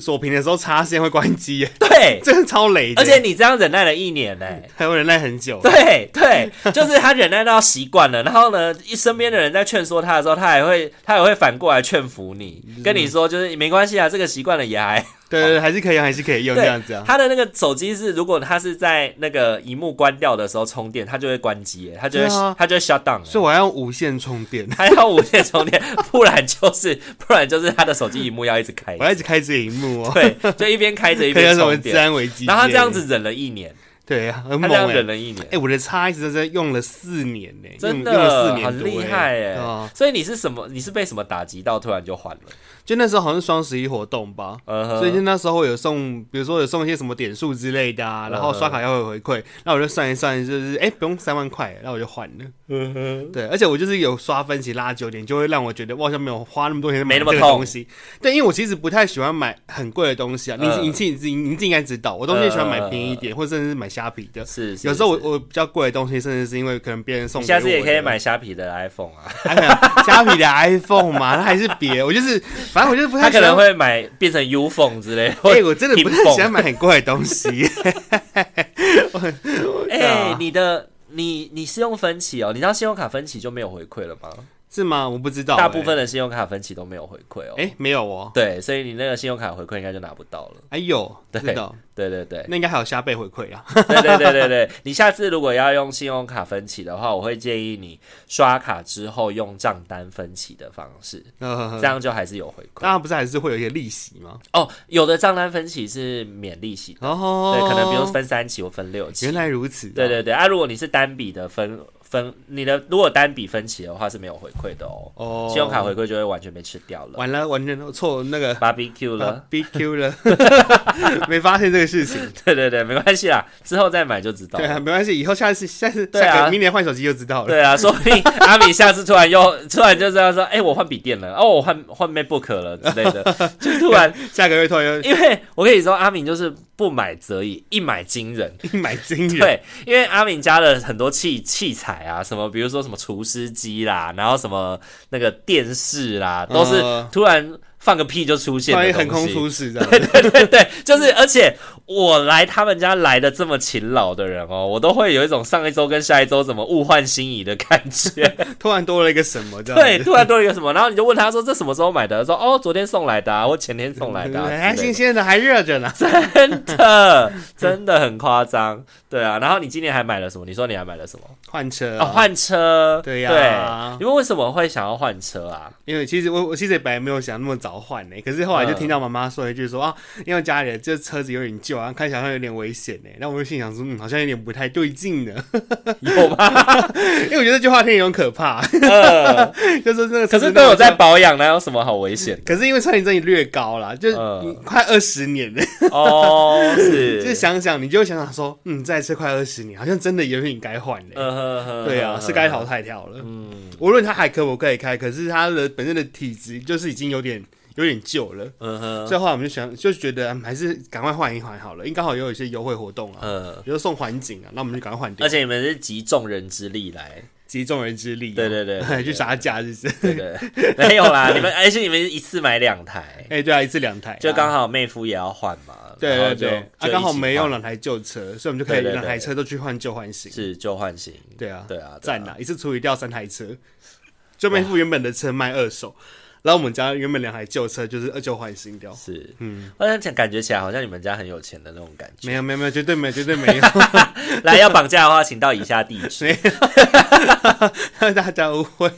S2: 锁屏的时候插线会关机 耶，
S1: 对，
S2: 这个超雷的。
S1: 而且你这样忍耐了一年 呢、
S2: 还会忍耐很久，
S1: 对对，就是他忍耐到习惯了，然后呢，一身边的人在劝说他的时候，他还会他也会反过来劝服你，
S2: 嗯
S1: 跟你说就是没关系啊，这个习惯了也还
S2: 对对对，还是可以用，还是可 以用这
S1: 对
S2: 样子啊。
S1: 他的那个手机是，如果他是在那个荧幕关掉的时候充电，它就会关机耶，它就会、
S2: 对啊
S1: 它就会 shut down 耶。
S2: 所以我要用无线充电，
S1: 还要无线充电，不然就是不然就是他的手机荧幕要一直开
S2: 我，要一直开这荧幕哦，
S1: 对，就一边开着一
S2: 可以有
S1: 边
S2: 什么
S1: 充
S2: 治
S1: 电。
S2: 安危机？
S1: 然后他这样，子忍了一年，
S2: 对啊，很
S1: 他
S2: 猛
S1: 这样忍
S2: 哎。
S1: 了一年
S2: 哎、，我的叉一直在用了四年呢，
S1: 真
S2: 用用了四
S1: 的
S2: 年
S1: 很
S2: 多欸
S1: 厉害
S2: 对
S1: 哎
S2: 啊。
S1: 所以你是什么？你是被什么打击到，突然就换了？
S2: 就那时候好像双十一活动吧，
S1: 嗯
S2: 所以就
S1: 哼，
S2: 那时候有送，比如说有送一些什么点数之类的啊，然后刷卡要有回馈，那我就算一算，就是哎、不用三万块，那我就换了。
S1: 嗯哼，
S2: 对，而且我就是有刷分期拉久点，就会让我觉得我好像没有花那么多钱买
S1: 没那么
S2: 这个
S1: 痛
S2: 东西。对，因为我其实不太喜欢买很贵的东西啊，你
S1: 嗯
S2: 你自己你自己你自己应该知道，我东西喜欢买便宜一点，或者甚至是买虾皮的。
S1: 是。是
S2: 有时候我
S1: 是
S2: 我比较贵的东西，甚至是因为可能别人送
S1: 你
S2: 给我
S1: 下
S2: 的，
S1: 次也可以买虾皮的 iPhone 啊，
S2: 还有虾皮的 iPhone 嘛，那还是别，我就是反正我就是不
S1: 他
S2: 太喜
S1: 可
S2: 欢
S1: 能会买变成 U Phone 之类的。
S2: 哎、我真的不太喜
S1: Ping-pong
S2: 欢买很贵的 东西。
S1: 哎，你的你你是用分期哦，你知道信用卡分期就没有回馈了吗？
S2: 是吗？我不知道、
S1: 大部分
S2: 的
S1: 的信用卡分期都没有回馈哦。
S2: 哎、没有哦。
S1: 对，所以你那个信用卡回馈应该就拿不到了。
S2: 哎呦，
S1: 对
S2: 知道，
S1: 对对对，
S2: 那应该还有虾贝回馈啊。
S1: 对对对对对，你下次如果要用信用卡分期的话，我会建议你刷卡之后用账单分期的方式，
S2: 这
S1: 这，样就还是有回
S2: 当
S1: 馈。
S2: 然不是还是会有一些利息吗？
S1: 哦，有的账单分期是免利息的，
S2: 哦，
S1: 对，可能比如分三期或分六期
S2: 原。来如此、啊。
S1: 对。对对，啊，如果你是单笔的分分，你的如果单笔分期的话是没有回馈的哦，
S2: 哦，
S1: 信用卡回馈就会完全被吃掉了
S2: 完了，完全错那个
S1: ，barbecue 了。
S2: BQ 了，没发现这个事情。
S1: 对对对，没关系啦，之后再买就知道
S2: 对
S1: 了。
S2: 啊，没关系，以后下次下次
S1: 对啊
S2: 下个明年换手机就知道了。
S1: 对啊，说不定阿米下次突然又突然就这样说，哎、我换笔电了，哦，我换换 MacBook 了之类 的，就突然，
S2: 下个月突然
S1: 因为我跟你说，阿敏就是不买则已，一买惊人。
S2: 又买金元，
S1: 对，因为阿敏家的很多器器材啊，什么比如说什么厨师机啦，然后什么那个电视啦，都是
S2: 嗯
S1: 突然放个屁就出现
S2: 万一
S1: 的
S2: 横
S1: 东
S2: 空
S1: 西。
S2: 出世这样，
S1: 对 对，就是，而且我来他们家来的这么勤劳的人哦，我都会有一种上一周跟下一周怎么物换星移的感觉。
S2: 突然多了一个什么这样
S1: 对，
S2: 子，
S1: 突然多了一个什么，然后你就问他说这什么时候买的？他说哦，昨天送来的、啊，或前天送来的、啊之类的，
S2: 还哎新鲜的，还热着呢。
S1: 真 的真的很夸张。对啊，然后你今年还买了什么？你说你还买了什么？
S2: 换车
S1: 啊，换车。
S2: 对呀
S1: 对你们为什么会想要换车 啊？
S2: 因为其实我我其实也本来没有想那么早换呢、可是后来
S1: 嗯
S2: 就听到妈妈说一句说、啊，因为家里的这车子有点旧，啊，看起来好像有点危险呢、那我就心想说，嗯，好像有点不太对劲呢，
S1: 有吗？
S2: 因为我觉得这句话听起来有点可怕，
S1: 呃
S2: 就是那个车
S1: 可
S2: 子
S1: 是都有在
S2: 那么
S1: 保养，哪有什么好危险
S2: 旧，可是因为车龄真的略高啦，就是
S1: 嗯
S2: 你快二十年了，
S1: 的？哦，
S2: 就是
S1: 是，
S2: 想想你就想想说，嗯，这台车快二十年，好像真的有点该换嘞。
S1: 呃呵呵
S2: 对啊，
S1: 呵呵
S2: 是该淘汰掉了。嗯，无论它还可不可以开，可是它的本身的体质就是已经有点有点旧了。
S1: 嗯哼，
S2: 所以后来我们就想，就觉得嗯还是赶快换一换好了，因为刚好也有一些优惠活动啊，
S1: 呃，
S2: 比如说送环景啊，那我们就赶快换掉，
S1: 而且你们是集众人之力来，
S2: 集众人之力啊、
S1: 对 对对对对
S2: 去杀价是不
S1: 对
S2: 是？
S1: 对，没有啦，你 们而且你们一次买两台，
S2: 哎、对啊，一次两台啊，
S1: 就刚好妹夫也要换嘛，
S2: 对
S1: 然后
S2: 对
S1: 就
S2: 对，啊
S1: 就
S2: 刚
S1: 一
S2: 好
S1: 起
S2: 没有
S1: 换
S2: 两台旧车，所以我们就可以
S1: 对对对
S2: 两台车都去换旧换新，
S1: 是就换新，
S2: 对啊，
S1: 对啊，
S2: 赞
S1: 啊
S2: 啊，一次处理掉三台车，就妹夫原本的车卖二手，然后我们家原本两台旧车就是二旧换新掉。
S1: 是，嗯，好像感觉起来好像你们家很有钱的那种感觉。
S2: 没有没有没有，绝对没有绝对没有，
S1: 来，要绑架的话，请到以下地址。
S2: 大家误会。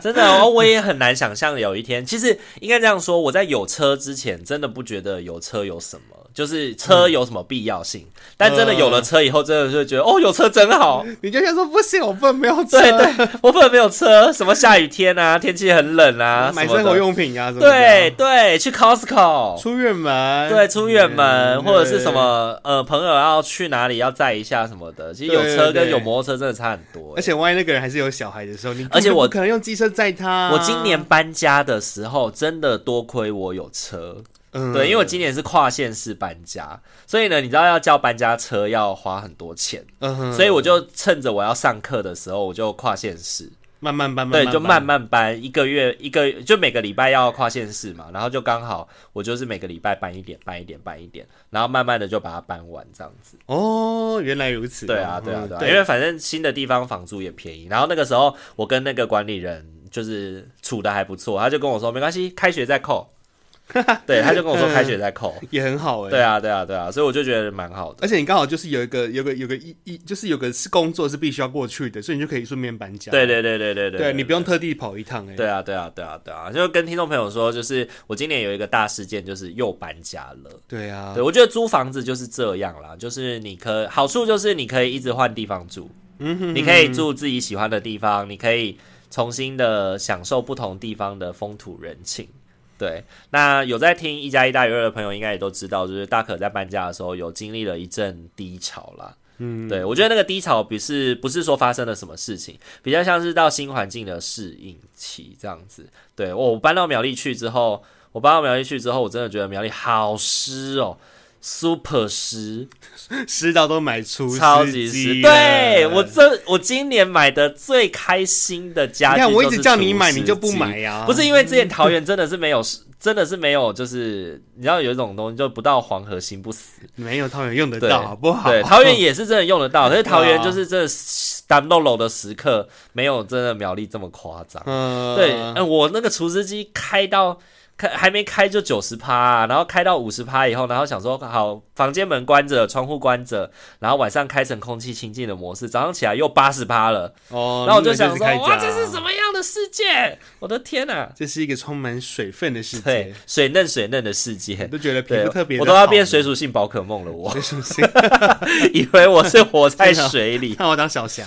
S1: 真的、哦，我也很难想象有一天。其实应该这样说，我在有车之前，真的不觉得有车有什么，就是车有什么必要性。
S2: 嗯
S1: 但真的有了车以后，真的就会觉得，哦，有车真好。
S2: 你就想说不行，我不能没有车，
S1: 对对，我本来没有车，什么下雨天啊，天气很冷啊，
S2: 买
S1: 什么的
S2: 生活。用品啊什么的啊。
S1: 对对，去 Costco。
S2: 出远门，
S1: 对，出远门
S2: 嗯
S1: 或者是什，么呃，朋友要去哪里要载一下什么的，其实有
S2: 对
S1: 车
S2: 对
S1: 跟
S2: 对
S1: 有摩托车真的差很多、
S2: 对
S1: 欸
S2: 而且万一那个人还是有小孩的时候，你
S1: 而且我
S2: 根本不可能用机车载他。
S1: 欸我今年，搬家的时候，真的多亏我有车，
S2: 嗯
S1: 对，因为我今年是跨县市搬家，所以呢，你知道要叫搬家车要花很多钱，
S2: 嗯哼
S1: 所以我就趁着我要上课的时候，我就跨县市，
S2: 慢慢搬，
S1: 对，就慢
S2: 搬
S1: 慢搬，一个月一个就每个礼拜要跨县市嘛，然后就刚好我就是每个礼拜搬一点，搬一点，搬一点，然后慢慢的就把它搬完这样子。
S2: 哦，原来如此，
S1: 对啊，对啊，
S2: 嗯
S1: 对啊，因为反正新的地方房租也便宜。然后那个时候我跟那个管理人就是处的还不错，他就跟我说没关系，开学再 扣。对，他就跟我说开学再扣。
S2: 也很好哎，
S1: 对。啊，对啊，对啊，所以我就觉得蛮好的。
S2: 而且你刚好就是有一个有个有个一一就是有个是工作是必须要过去的，所以你就可以顺便搬家。
S1: 对对对对对对，
S2: 对，你不用特地跑一趟哎。
S1: 对啊，对啊，对啊，对啊，就跟听众朋友说，就是我今年有一个大事件，就是又搬家了。
S2: 对啊
S1: 对，，我觉得租房子就是这样啦，就是你可好处就是你可以一直换地方住，你可以住自己喜欢的地方，你可以重新的享受不同地方的风土人情。对，那有在听一加一大于二的朋友，应该也都知道，就是大可在搬家的时候有经历了一阵低潮啦。嗯，对我觉得那个低潮不是不是说发生了什么事情，比较像是到新环境的适应期这样子。对我我搬到苗栗去之后，我搬到苗栗去之后，我真的觉得苗栗好湿哦，super 湿，
S2: 湿到都买出
S1: 超级湿。对我这我今年买的最开心的家
S2: 你
S1: 具就是厨
S2: 看
S1: 师机，
S2: 我一直叫你买，你就不买啊呀？
S1: 不是因为之前桃园真的是没有， 真的是没有，就是你知道有一种东西，就不到黄河心不死。
S2: 没有桃园用得
S1: 对，
S2: 到，好不好？
S1: 对，桃园也是真的用得到，可是桃园
S2: 对啊
S1: 就是这 download 的时刻没有真的苗栗这么夸张。
S2: 嗯，
S1: 对，哎，我那个除湿机开到开还没开就九十趴，啊然后开到五十趴以后，然后想说好，房间门关着，窗户关着，然后晚上开成空气清净的模式，早上起来又八十趴了，
S2: 哦，
S1: 然后我就
S2: 那
S1: 想
S2: 是
S1: 说，
S2: 开啊
S1: 哇，
S2: 价
S1: 这是什？么样的世界？我的天哪、
S2: 这是一个充满水分的世
S1: 对
S2: 界，，
S1: 水嫩水嫩的世界
S2: 我。都觉得皮
S1: 对
S2: 肤特别，
S1: 我都要变水，属性宝可梦了我。
S2: 水属性，
S1: 以为我是活在
S2: 啊
S1: 水里，
S2: 看我当小霞，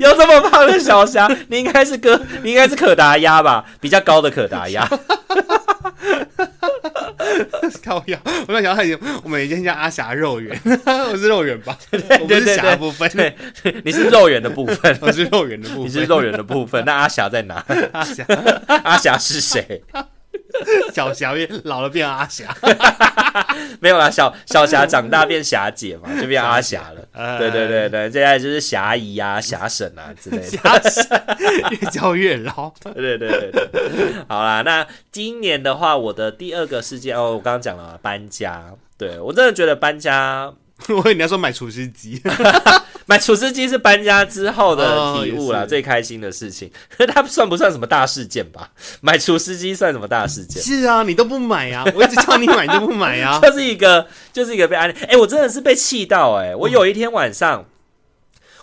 S1: 有这么胖的小虾，你应该是哥，你应该是可达鸭吧，比较高的可达 鸭。
S2: 靠腰，我在想他已经，我们已经叫阿霞肉圆， 我是肉圆吧，我 不
S1: 对
S2: 是
S1: 对
S2: 霞
S1: 对
S2: 部分，
S1: 对，你是肉圆的部分，
S2: 我是肉圆的部
S1: 你是
S2: 分，
S1: 肉圆的部分。那阿霞在哪？
S2: 阿霞，
S1: 阿霞是谁？
S2: 小霞变老了变阿霞，
S1: 没有啦，小小霞长大变霞姐嘛，就变阿霞了。
S2: 哎
S1: 对对对对，接下来就是霞姨啊、霞婶啊之类的。
S2: 阿霞越教越老。
S1: 对对对对对，好啦，那今年的话，我的第二个事件哦，我刚刚讲了嘛搬家，对我真的觉得搬家
S2: 我以为你要说买厨 师机，
S1: 买厨师机是搬家之后的体悟
S2: 哦
S1: 啦，
S2: 也是
S1: 最开心的事情。 可是它算不算什么大事件吧？买厨师机算什么大事件？
S2: 是啊，你都不买啊，我一直叫你买，你都不买啊。
S1: 就是一个就是一个被安利。哎、我真的是被气到哎、
S2: 嗯
S1: 我有一天晚上。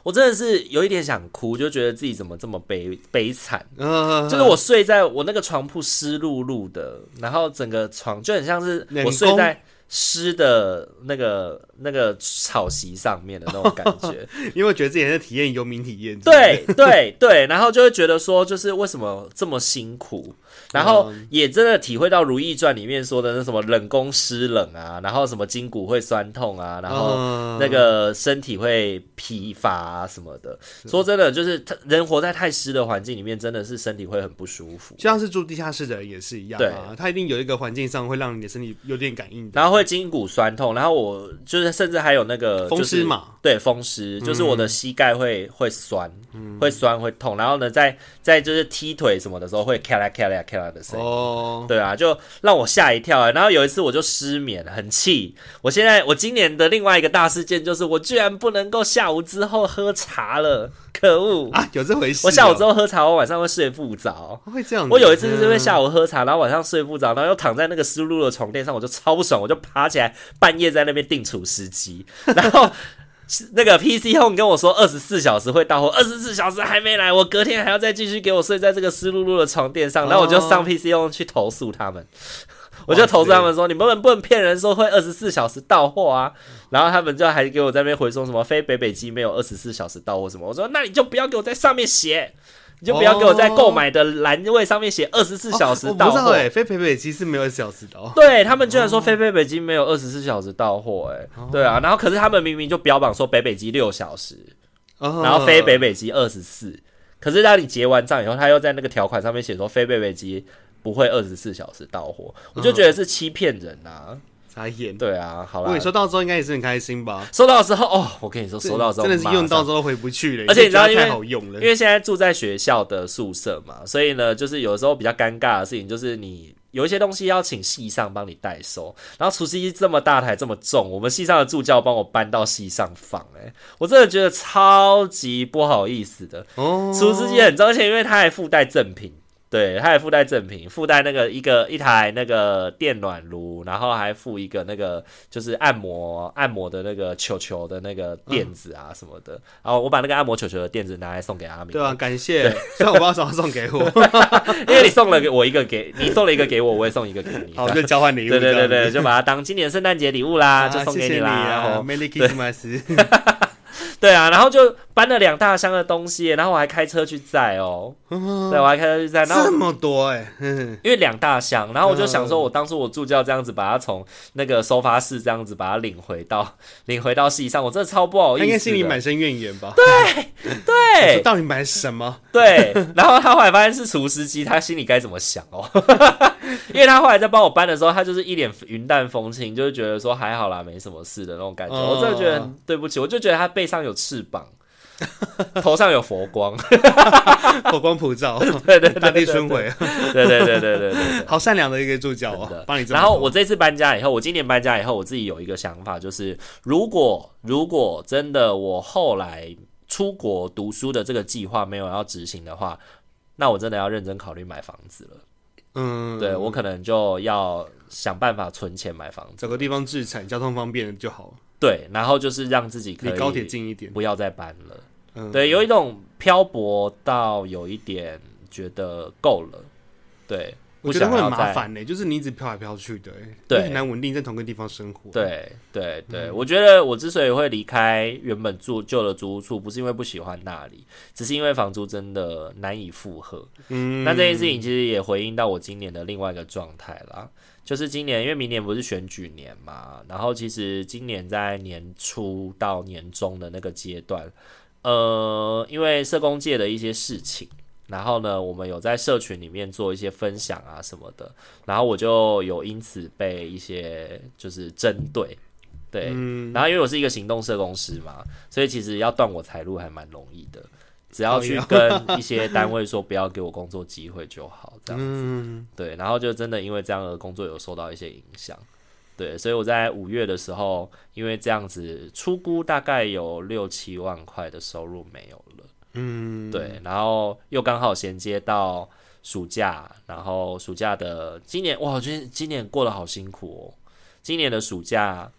S1: 我真的是有一点想哭，就觉得自己怎么这么悲悲惨。
S2: 嗯，
S1: 就是我睡在我那个床铺湿漉漉的，然后整个床就很像是
S2: 冷
S1: 我睡
S2: 宫
S1: 在湿的那个那个草席上面的那种感觉。
S2: 因为我觉得自己在体验游民体验。，
S1: 对对对，然后就会觉得说，就是为什么这么辛苦，然后也真的体会到《如懿传》里面说的那什么冷宫湿冷啊，然后什么筋骨会酸痛啊，然后
S2: 嗯
S1: 那个身体会疲乏啊什么的。说真的，就是他人活在太湿的环境里面，真的是身体会很不舒服。
S2: 就像是住地下室的人也是一样啊，他一定有一个环境上会让你的身体有点感应的。
S1: 然后会筋骨酸痛，然后我就是甚至还有那个
S2: 风湿
S1: 就是
S2: 嘛，嗯
S1: 对，风湿就是我的膝盖会会酸，会酸会痛，然后呢，在在就是踢腿什么的时候会咔啦咔啦咔啦的声音。
S2: 哦，
S1: 对啊，就让我吓一跳、欸。然后有一次我就失眠，很气。我现在我今年的另外一个大事件就是，我居然不能够下午之后喝茶了，可恶！
S2: 啊，有这回事哦。哦
S1: 我下午之后喝茶，我晚上会睡不着。
S2: 会这样子。
S1: 我有一次就是因为下午喝茶，然后晚上睡不着，然后又躺在那个湿漉漉的床垫上，我就超不爽，我就爬起来半夜在那边订厨师机， 然后是。那个 PC Home 跟我说二十四小时会到货，二十四小时还没来，我隔天还要再继续给我睡在这个湿漉漉的床垫上，然后我就
S2: 哦
S1: 上 PC Home 去投诉他们，我就投诉他们说你们不能不能骗人说会二十四小时到货啊，然后他们就还给我在那边回说什么非北北基没有二十四小时到货什么，我说那你就不要给我在上面写，你就不要给我在购买的栏位上面写二十四
S2: 哦
S1: 小时
S2: 我不
S1: 到
S2: 知道
S1: 货。
S2: 哎，非北北其实没有小时的哦。
S1: 对他们居然说非北北基没有二十四小时到货，哎，
S2: 哦
S1: 对啊，然后可是他们明明就标榜说北北基六小时，然
S2: 然
S1: 后非北北基二十四，可是当你结完账以后，他又在那个条款上面写说非北北基不会二十四小时到货，我就觉得是欺骗人啊，
S2: 傻眼。
S1: 对啊，好
S2: 嗯我
S1: 啦
S2: 跟你，说到之后应该也是很开心吧？
S1: 收到之后哦，我跟你说，收到之后
S2: 真的是用
S1: 马上
S2: 到之后回不去了，
S1: 而且你知道
S2: 因为
S1: 因为
S2: 觉得太好用了
S1: 因。为现在住在学校的宿舍嘛，所以呢，就是有时候比较尴尬的事情就是你。有一些东西要请系上帮你代收，然后除夕机这么大台这么重，我们系上的助教帮我搬到系上放、欸，我真的觉得超级不好意思的。
S2: 哦，
S1: 除湿机很重，而且因为它还附带赠品，对，它还附带赠品，附带那个一个一台那个电暖炉，然后还附一个那个就是按摩按摩的那个球球的那个垫子啊什么的。然后我把那个按摩球球的垫子拿来送给阿明，
S2: 对啊，感谢。虽然我不知道什么送给 我，
S1: 因为你送了给我一个给你送了一个给我，我也送一个给你。
S2: 好，就交换礼物。
S1: 对对对
S2: 这样
S1: 对，
S2: 子
S1: 就把它当今年圣诞节礼物 啦，就
S2: 啊
S1: 送
S2: 谢
S1: 给
S2: 谢你
S1: 啦。
S2: 啊
S1: 吼
S2: Merry Christmas。
S1: 对啊，然后就搬了两大箱的东西，然后我还开车去载 哦，对，我还开车去载，然后
S2: 这么多哎，嗯
S1: 因为两大箱，然后我就想说，我当初我助教这样子把他从那个收发室这样子把他领回到 领回到系上，我真的超不好
S2: 他
S1: 意思的。
S2: 应该心里满身怨言吧？
S1: 对
S2: 说到底买什么？
S1: 对，然后他后来发现是厨师机，他心里该怎么想哦？ 因为他后来在帮我搬的时候，他就是一脸云淡风轻，就是觉得说还好啦，没什么事的那种感觉。
S2: 哦
S1: 我真的觉得很对不起，我就觉得他背上有翅膀，头上有佛光，
S2: 火光普照，
S1: 对对对
S2: 大
S1: 对
S2: 地春回，
S1: 对对对对对对。
S2: 好善良的一个助教啊
S1: 真的，
S2: 帮你这么
S1: 然
S2: 多。
S1: 后我这次搬家以后，我今年搬家以后，我自己有一个想法，就是如果如果真的我后来出国读书的这个计划没有要执行的话，那我真的要认真考虑买房子了。
S2: 嗯，
S1: 对我可能就要想办法存钱买房子。
S2: 找个地方置产，交通方便就好，
S1: 对，然后就是让自己可
S2: 离高铁
S1: 以
S2: 近一点。
S1: 不要再搬了。
S2: 嗯，
S1: 对，有一种漂泊到有一点觉得够了。对，
S2: 我
S1: 不
S2: 觉得
S1: 想
S2: 会
S1: 要
S2: 很麻
S1: 再
S2: 烦呢，就是你一直飘来飘去的欸，
S1: 对
S2: 你很难稳定在同个地方生活。，
S1: 对对对，我觉得我之所以会离开原本住旧的租屋处，不是因为不喜欢那里，只是因为房租真的难以负荷。
S2: 嗯，
S1: 那这件事情其实也回应到我今年的另外一个状态啦，就是今年因为明年不是选举年嘛，然后其实今年在年初到年中的那个阶段，呃，因为社工界的一些事情。然后呢，我们有在社群里面做一些分享啊什么的，然后我就有因此被一些就是针对，对，然后因为我是一个行动社公司嘛，所以其实要断我财路还蛮容易的，只要去跟一些单位说不要给我工作机会就好，这样子，对，然后就真的因为这样的工作有受到一些影响。对，所以我在五月的时候，因为这样子，出估大概有六七万块的收入没有了。
S2: 嗯，
S1: 对，然后又刚好衔接到暑假，然后暑假的今年哇，我觉得今年过得好辛苦哦。今年的暑假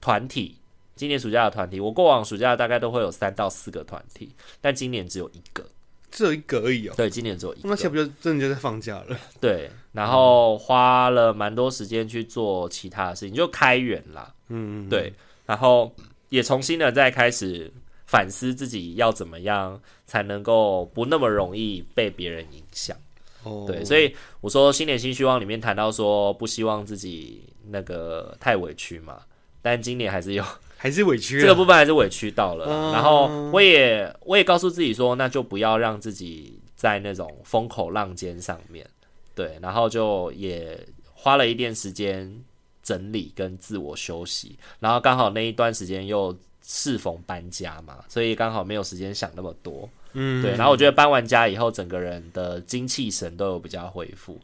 S1: 团体，今年暑假的团体，我过往暑假大概都会有三到四个团体，但今年只有一个。
S2: 只有一个而已哦。
S1: 对，今年只有一
S2: 那
S1: 个。
S2: 岂不就真的就在放假了？
S1: 对，然后花了蛮多时间去做其他的事情，就开源啦。
S2: 嗯，
S1: 对，然后也重新的再开始反思自己要怎么样才能够不那么容易被别人影响。
S2: 哦，
S1: 对，所以我说新年新希望里面谈到说不希望自己那个太委屈嘛，但今年还是有
S2: 还是委屈啊
S1: 这个部分还是委屈到了啦。
S2: 嗯
S1: 然后我也我也告诉自己说，那就不要让自己在那种风口浪尖上面。对，然后就也花了一点时间整理跟自我休息，然后刚好那一段时间又适逢搬家嘛，所以刚好没有时间想那么多。
S2: 嗯，
S1: 对，然后我觉得搬完家以后，整个人的精气神都有比较恢复。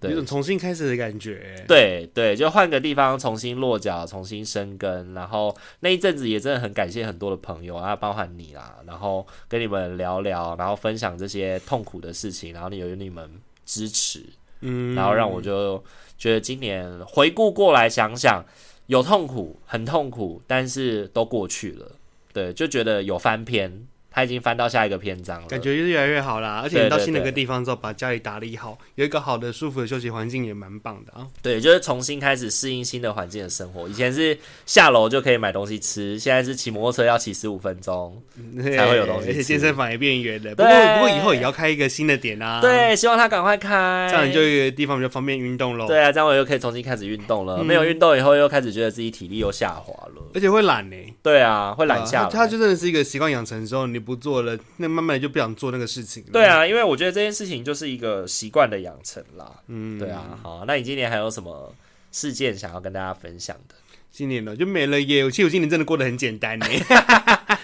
S1: 对
S2: 有种重新开始的感觉。欸
S1: 对对，就换个地方重新落脚，重新生根。然后那一阵子也真的很感谢很多的朋友啊，包含你啦，然后跟你们聊聊，然后分享这些痛苦的事情，然后你有你们支持，
S2: 嗯，
S1: 然后让我就觉得今年回顾过来想想，有痛苦，很痛苦，但是都过去了。对，就觉得有翻篇，他已经翻到下一个篇章了，
S2: 感觉就是越来越好啦。而且
S1: 对
S2: 你到
S1: 对
S2: 新的一个
S1: 对
S2: 地方之后，把家里打理好，有一个好的、舒服的休息环境，也蛮棒的啊。
S1: 对，就是重新开始适应新的环境的生活。以前是下楼就可以买东西吃，现在是骑摩托车要骑十五分钟。 才会有东西
S2: 而且
S1: 吃
S2: 健身房也变远了。不过
S1: 对
S2: 不过以后也要开一个新的点啊。，
S1: 对，希望它赶快开，
S2: 这样你就有一个地方比较方便运动喽。，
S1: 对啊，这样我又可以重新开始运动
S2: 嗯
S1: 了。没有运动以后，又开始觉得自己体力又下滑了。
S2: 而且会懒呢、
S1: 对啊，会懒下
S2: 啊
S1: 来。
S2: 它它就真的是一个习惯养成之后，你不做了，那慢慢的就不想做那个事情了。
S1: 对，啊，因为我觉得这件事情就是一个习惯的养成啦。
S2: 嗯，
S1: 对啊，好，那你今年还有什么事件想要跟大家分享的？
S2: 今年了就没了耶。其实我今年真的过得很简 单呢、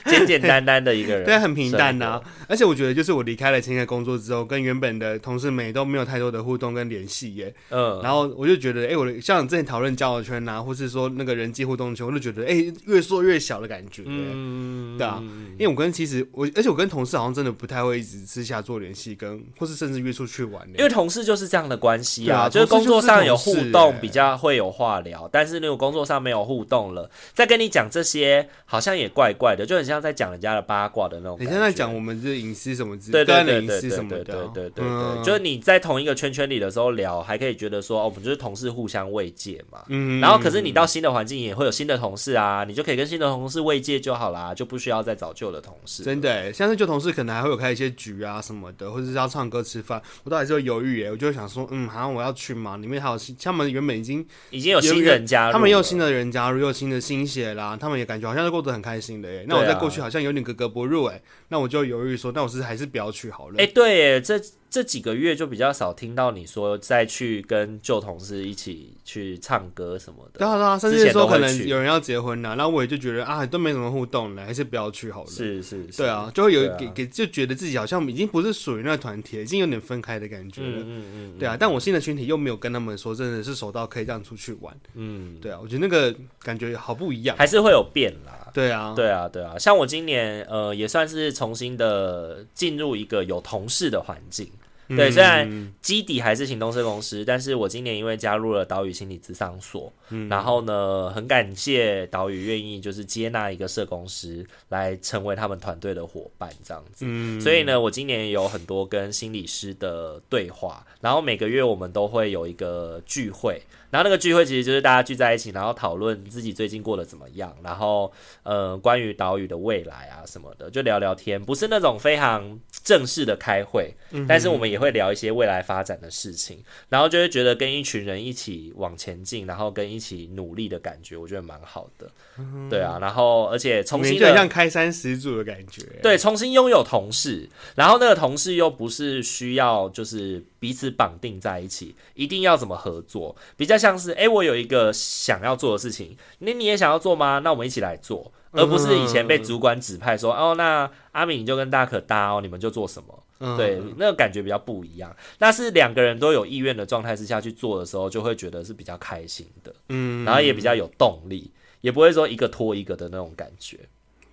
S1: 简简单单的一个人，
S2: 对，很平淡啊
S1: 啊
S2: 呐、而且我觉得，就是我离开了前一个工作之后，跟原本的同事们也都没有太多的互动跟联系耶。
S1: 嗯，
S2: 然后我就觉得，哎、我的像之前讨论交友圈呐、或是说那个人际互动圈，我就觉得，哎、越缩越小的感觉。
S1: 嗯，
S2: 对啊，因为我跟其实我，而且我跟同事好像真的不太会一直私下做联系，跟或是甚至约出去玩
S1: 因
S2: 耶。
S1: 为同事就是这样的关系啊，
S2: 对啊
S1: 就是工作上有互
S2: 同事欸就是同
S1: 动
S2: 事
S1: 比较会有话聊，但是如果工作上没有互动了，再跟你讲这些好像也怪怪的，就很像在讲人家的八卦的那种
S2: 你
S1: 感觉。
S2: 现在讲我们是隐私什么之，
S1: 对对
S2: 个人
S1: 对
S2: 的隐
S1: 对
S2: 私
S1: 对
S2: 什么
S1: 对对
S2: 的啊，
S1: 对对
S2: 嗯
S1: 对，就是你在同一个圈圈里的时候聊，还可以觉得说哦，我们就是同事互相慰藉嘛。
S2: 嗯
S1: 然后可是你到新的环境也会有新的同事啊，你就可以跟新的同事慰藉就好啦，就不需要再找旧的同事。
S2: 真的欸，像是旧同事可能还会有开一些局啊什么的，或者是要唱歌吃饭，我到底是会犹豫耶，我就会想说，嗯，好像我要去嘛，里面还有新，他们原本已经
S1: 已经有新人加入了，
S2: 他们又新的人加入，又有新的新血啦，他们也感觉好像是过得很开心的欸耶。那我
S1: 对啊
S2: 在过去好像有点格格不入哎，那我就犹豫说，那我是不是还是不要去好了。
S1: 哎、对耶，这这几个月就比较少听到你说再去跟旧同事一起去唱歌什么
S2: 对
S1: 的。
S2: 啊对啊，甚
S1: 之
S2: 至
S1: 前
S2: 说
S1: 都会
S2: 可能
S1: 去
S2: 有人要结婚了，那我也就觉得啊，都没什么互动了，还是不要去好了。
S1: 是是是，
S2: 对啊，，就会有
S1: 对啊
S2: 给给就觉得自己好像已经不是属于那个团体了，已经有点分开的感觉了。
S1: 嗯嗯嗯，
S2: 对啊，但我新的群体又没有跟他们说，真的是熟到可以这样出去玩。
S1: 嗯，
S2: 对啊，我觉得那个感觉好不一样。
S1: 还是会有变啦。
S2: 对啊，
S1: 对啊，对啊，像我今年呃也算是重新的进入一个有同事的环境，
S2: 嗯
S1: 对虽然基底还是行动社公司，但是我今年因为加入了岛屿心理咨商所，
S2: 嗯
S1: 然后呢，很感谢岛屿愿意就是接纳一个社公司来成为他们团队的伙伴这样子，
S2: 嗯
S1: 所以呢，我今年有很多跟心理师的对话，然后每个月我们都会有一个聚会，然后那个聚会其实就是大家聚在一起，然后讨论自己最近过得怎么样，然后呃，关于岛屿的未来啊什么的，就聊聊天，不是那种非常正式的开会，
S2: 嗯
S1: 但是我们也会聊一些未来发展的事情，然后就会觉得跟一群人一起往前进，然后跟一起努力的感觉，我觉得蛮好的。对啊，然后而且重
S2: 嗯你
S1: 新
S2: 就很
S1: 的
S2: 像开山始祖的感觉。
S1: 对，重新拥有同事，然后那个同事又不是需要就是彼此绑定在一起，一定要怎么合作，比较像是诶，我有一个想要做的事情，那你也想要做吗？那我们一起来做，而不是以前被主管指派说、哦，那阿敏你就跟大可搭哦，你们就做什么。
S2: 嗯
S1: 对，那个感觉比较不一样。那是两个人都有意愿的状态之下去做的时候，就会觉得是比较开心的，
S2: 嗯，
S1: 然后也比较有动力，也不会说一个拖一个的那种感觉。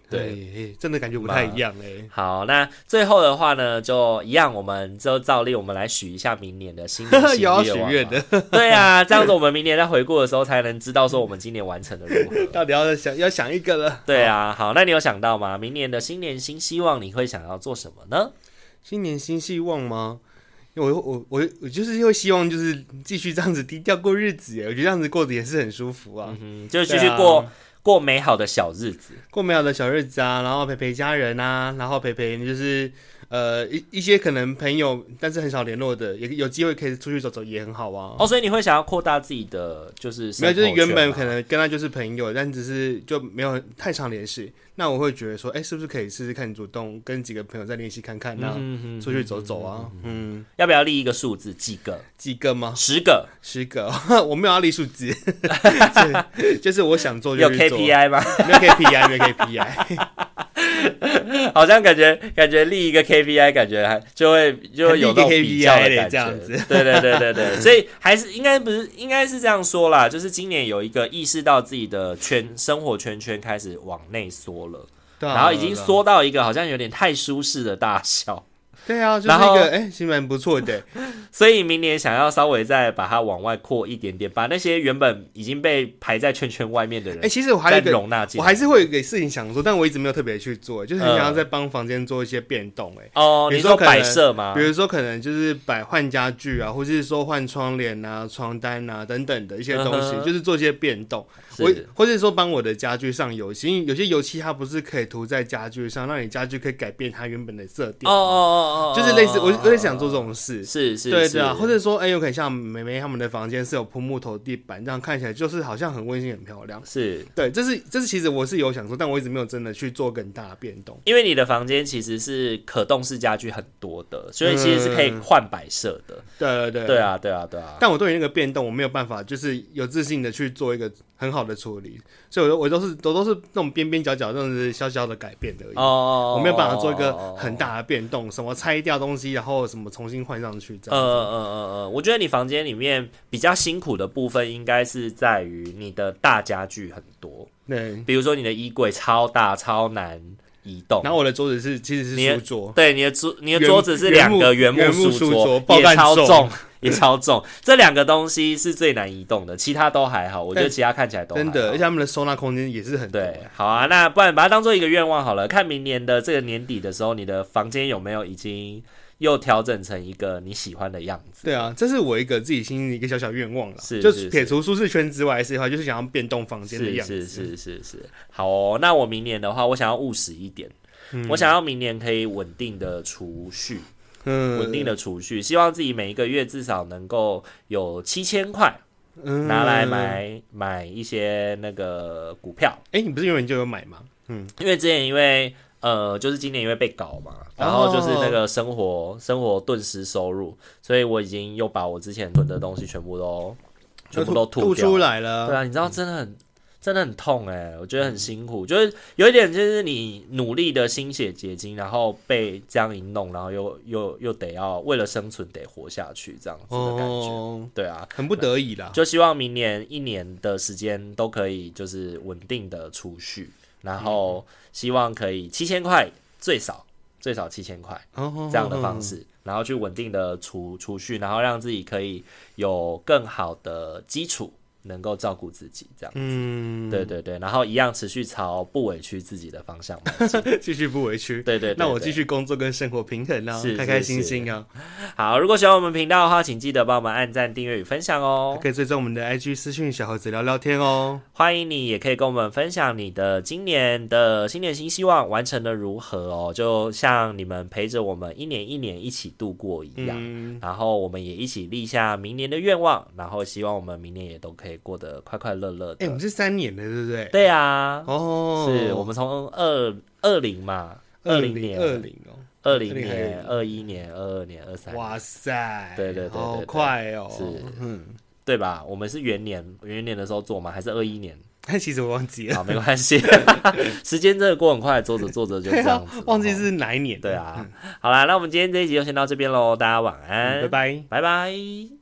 S1: 对
S2: 对，哎真的感觉不太一样哎。
S1: 好，那最后的话呢，就一样，我们就照例我们来许一下明年的新 年
S2: 有要许
S1: 愿望嘛
S2: 愿的，
S1: 对啊，这样子我们明年在回顾的时候才能知道说我们今年完成的如 何。
S2: 到底要想要想一个了。
S1: 对啊，好，那你有想到吗？明年的新年新希望，你会想要做什么呢？
S2: 新年新希望吗？因为我我我我就是因为希望就是继续这样子低调过日子耶，我觉得这样子过得也是很舒服啊，嗯
S1: 嗯，就继续过、
S2: 对
S1: 过美好的小日子。
S2: 过美好的小日子啊，然后陪陪家人啊，然后陪陪就是呃一一些可能朋友，但是很少联络的，也有机会可以出去走走也很好啊。
S1: 哦，所以你会想要扩大自己的就是
S2: 没有，就
S1: 生
S2: 是
S1: 活圈
S2: 原本
S1: 吗
S2: 可能跟他就是朋友，但只是就没有很太常联系。那我会觉得说，哎、是不是可以试试看主动跟几个朋友再联系看看呢、啊？出去走走啊，嗯，
S1: 要不要立一个数字？几个？
S2: 几个吗？
S1: 十个？
S2: 十个， 我没有要立数字， 就是就是我想做就
S1: 有
S2: 去做，
S1: KPI 吗？
S2: 没有 KPI，没有 KPI，
S1: 好像感觉感觉立一个 KPI，感觉还就会就会有那种
S2: 立一个
S1: 比较
S2: KPI
S1: 的
S2: 嘞
S1: 感觉，
S2: 这样子。
S1: 对对对对 对，所以还是应该不是应该是这样说啦，就是今年有一个意识到自己的圈生活圈圈开始往内缩了，
S2: 对啊
S1: 然后已经，缩到一个好像有点太舒适的大小，
S2: 对啊，就是
S1: 然
S2: 一
S1: 后
S2: 个哎，其实蛮不错的，
S1: 所以明年想要稍微再把它往外扩一点点，把那些原本已经被排在圈圈外面的人
S2: 哎，其实我还有
S1: 再
S2: 一个，
S1: 容纳进
S2: 我
S1: 来。嗯
S2: 还是会有一个事情想做，但我一直没有特别去做，就是很想要在帮房间做一些变动，哎。
S1: 哦，
S2: 比
S1: 你
S2: 如说
S1: 说
S2: 可能
S1: 摆设吗
S2: 比？如说，可能就是摆换家具啊，或是说换窗帘啊、床单啊等等的一些东西
S1: 嗯哼
S2: 就是做一些变动。
S1: 是
S2: 我或者说帮我的家具上油漆，因为有些油漆它不是可以涂在家具上，让你家具可以改变它原本的色
S1: 哦
S2: 调，
S1: 哦哦哦，
S2: 就是类似我我
S1: 也
S2: 也想做这种事。
S1: 是是，
S2: 对
S1: 是
S2: 对啊，或者说，哎、有可能像美眉他们的房间是有铺木头地板，这样看起来就是好像很温馨、很漂亮。
S1: 是
S2: 对，这是这是其实我是有想说，但我一直没有真的去做更大的变动。
S1: 因为你的房间其实是可动式家具很多的，所以其实是可以换摆设的。
S2: 对对对，
S1: 对啊，对啊，对啊。
S2: 但我对于那个变动，我没有办法，就是有自信的去做一个很好的处理，所以我都我都是我都是那种边边角角，这样子小小的改变的而已。
S1: 哦
S2: 我没有办法做一个很。大的变动，什么拆掉东西，然后什么重新换上去这
S1: 呃
S2: 样。
S1: 呃呃呃，我觉得你房间里面比较辛苦的部分，应该是在于你的大家具很多，
S2: 对，
S1: 比如说你的衣柜超大、超难移动。
S2: 然后我的桌子是其实
S1: 你
S2: 是
S1: 的
S2: 书桌，
S1: 对你的桌，你的
S2: 原
S1: 桌子是两个
S2: 原
S1: 原
S2: 木
S1: 木
S2: 原木书桌
S1: 桌，
S2: 爆
S1: 也
S2: 干
S1: 超
S2: 重
S1: 重，也超重。这两个东西是最难移动的，其他都还好。我觉得
S2: 但
S1: 其他看起来都还
S2: 真的，
S1: 好
S2: 而且他们的收纳空间也是很多。
S1: 对，好啊，那不然把它当做一个愿望好了。看明年的这个年底的时候，你的房间有没有已经又调整成一个你喜欢的样子？
S2: 对啊，这是我一个自己心里一个小小愿望了，
S1: 是
S2: 就是撇除舒适圈之外是的话，就是想要变动房间的
S1: 是
S2: 样子。
S1: 是是是是，好哦。那我明年的话，我想要务实一点，我想要明年可以稳定的储蓄，
S2: 嗯，
S1: 稳定的储蓄，希望自己每一个月至少能够有七千块
S2: 嗯
S1: 拿来。买买一些那个股票，
S2: 哎、你不是原本就有买吗？嗯，
S1: 因为之前因为呃，就是今年因为被搞嘛，
S2: 哦
S1: 然后就是那个生活、生活顿时收入，所以我已经又把我之前囤的东西全部都全部都
S2: 吐
S1: 掉
S2: 出
S1: 了。
S2: 来了。
S1: 对啊，你知道真的很真的很痛哎、我觉得很辛苦，就是有一点就是你努力的心血结晶，然后被这样一弄，然后又又又得要为了生存得活下去这样子的感觉。
S2: 哦，
S1: 对啊，
S2: 很不得已啦。
S1: 就希望明年一年的时间都可以就是稳定的储蓄，然后希望可以七千块最少最少七千块
S2: 哦
S1: 这样的方式，然后去稳定的储储蓄，然后让自己可以有更好的基础。能够照顾自己，这样。
S2: 嗯，
S1: 对，对对，然后一样持续朝不委屈自己的方向迈进。
S2: 继续不委屈。
S1: 对对对
S2: 那我
S1: 对
S2: 继续工作跟生活平衡啊
S1: 是，
S2: 开开心心啊，
S1: 好，如果喜欢我们频道的话，请记得帮我们按赞、订阅与分享哦。
S2: 可以追踪我们的 IG 私讯小猴子聊聊天哦。
S1: 欢迎你，也可以跟我们分享你的今年的新年新希望完成的如何哦，就像你们陪着我们一年一年一起度过一样。
S2: 嗯，
S1: 然后我们也一起立下明年的愿望，然后希望我们明年也都可以过得快快乐乐
S2: 哎，我
S1: 的
S2: 们。是三年的，对不对？
S1: 对啊，
S2: 哦，
S1: 是我们从二二零嘛，二
S2: 二
S1: 零
S2: 零二
S1: 年、
S2: 零哦，
S1: 二零
S2: 20
S1: 年、二一年、二二年、二三，
S2: 哇塞，
S1: 对对对对对
S2: 好快哦，
S1: 是
S2: 嗯，
S1: 对吧？我们是元年元年的时候做吗？还是二一年？
S2: 但其实我忘记了，
S1: 好，没关系， 时间真的过很快，做着做着就这
S2: 对啊
S1: 样子了，哦啊
S2: 忘记是哪一年，
S1: 对，啊。好啦，那我们今天这一集就先到这边喽，大家晚安，
S2: 嗯拜，
S1: 拜
S2: 拜。
S1: 拜。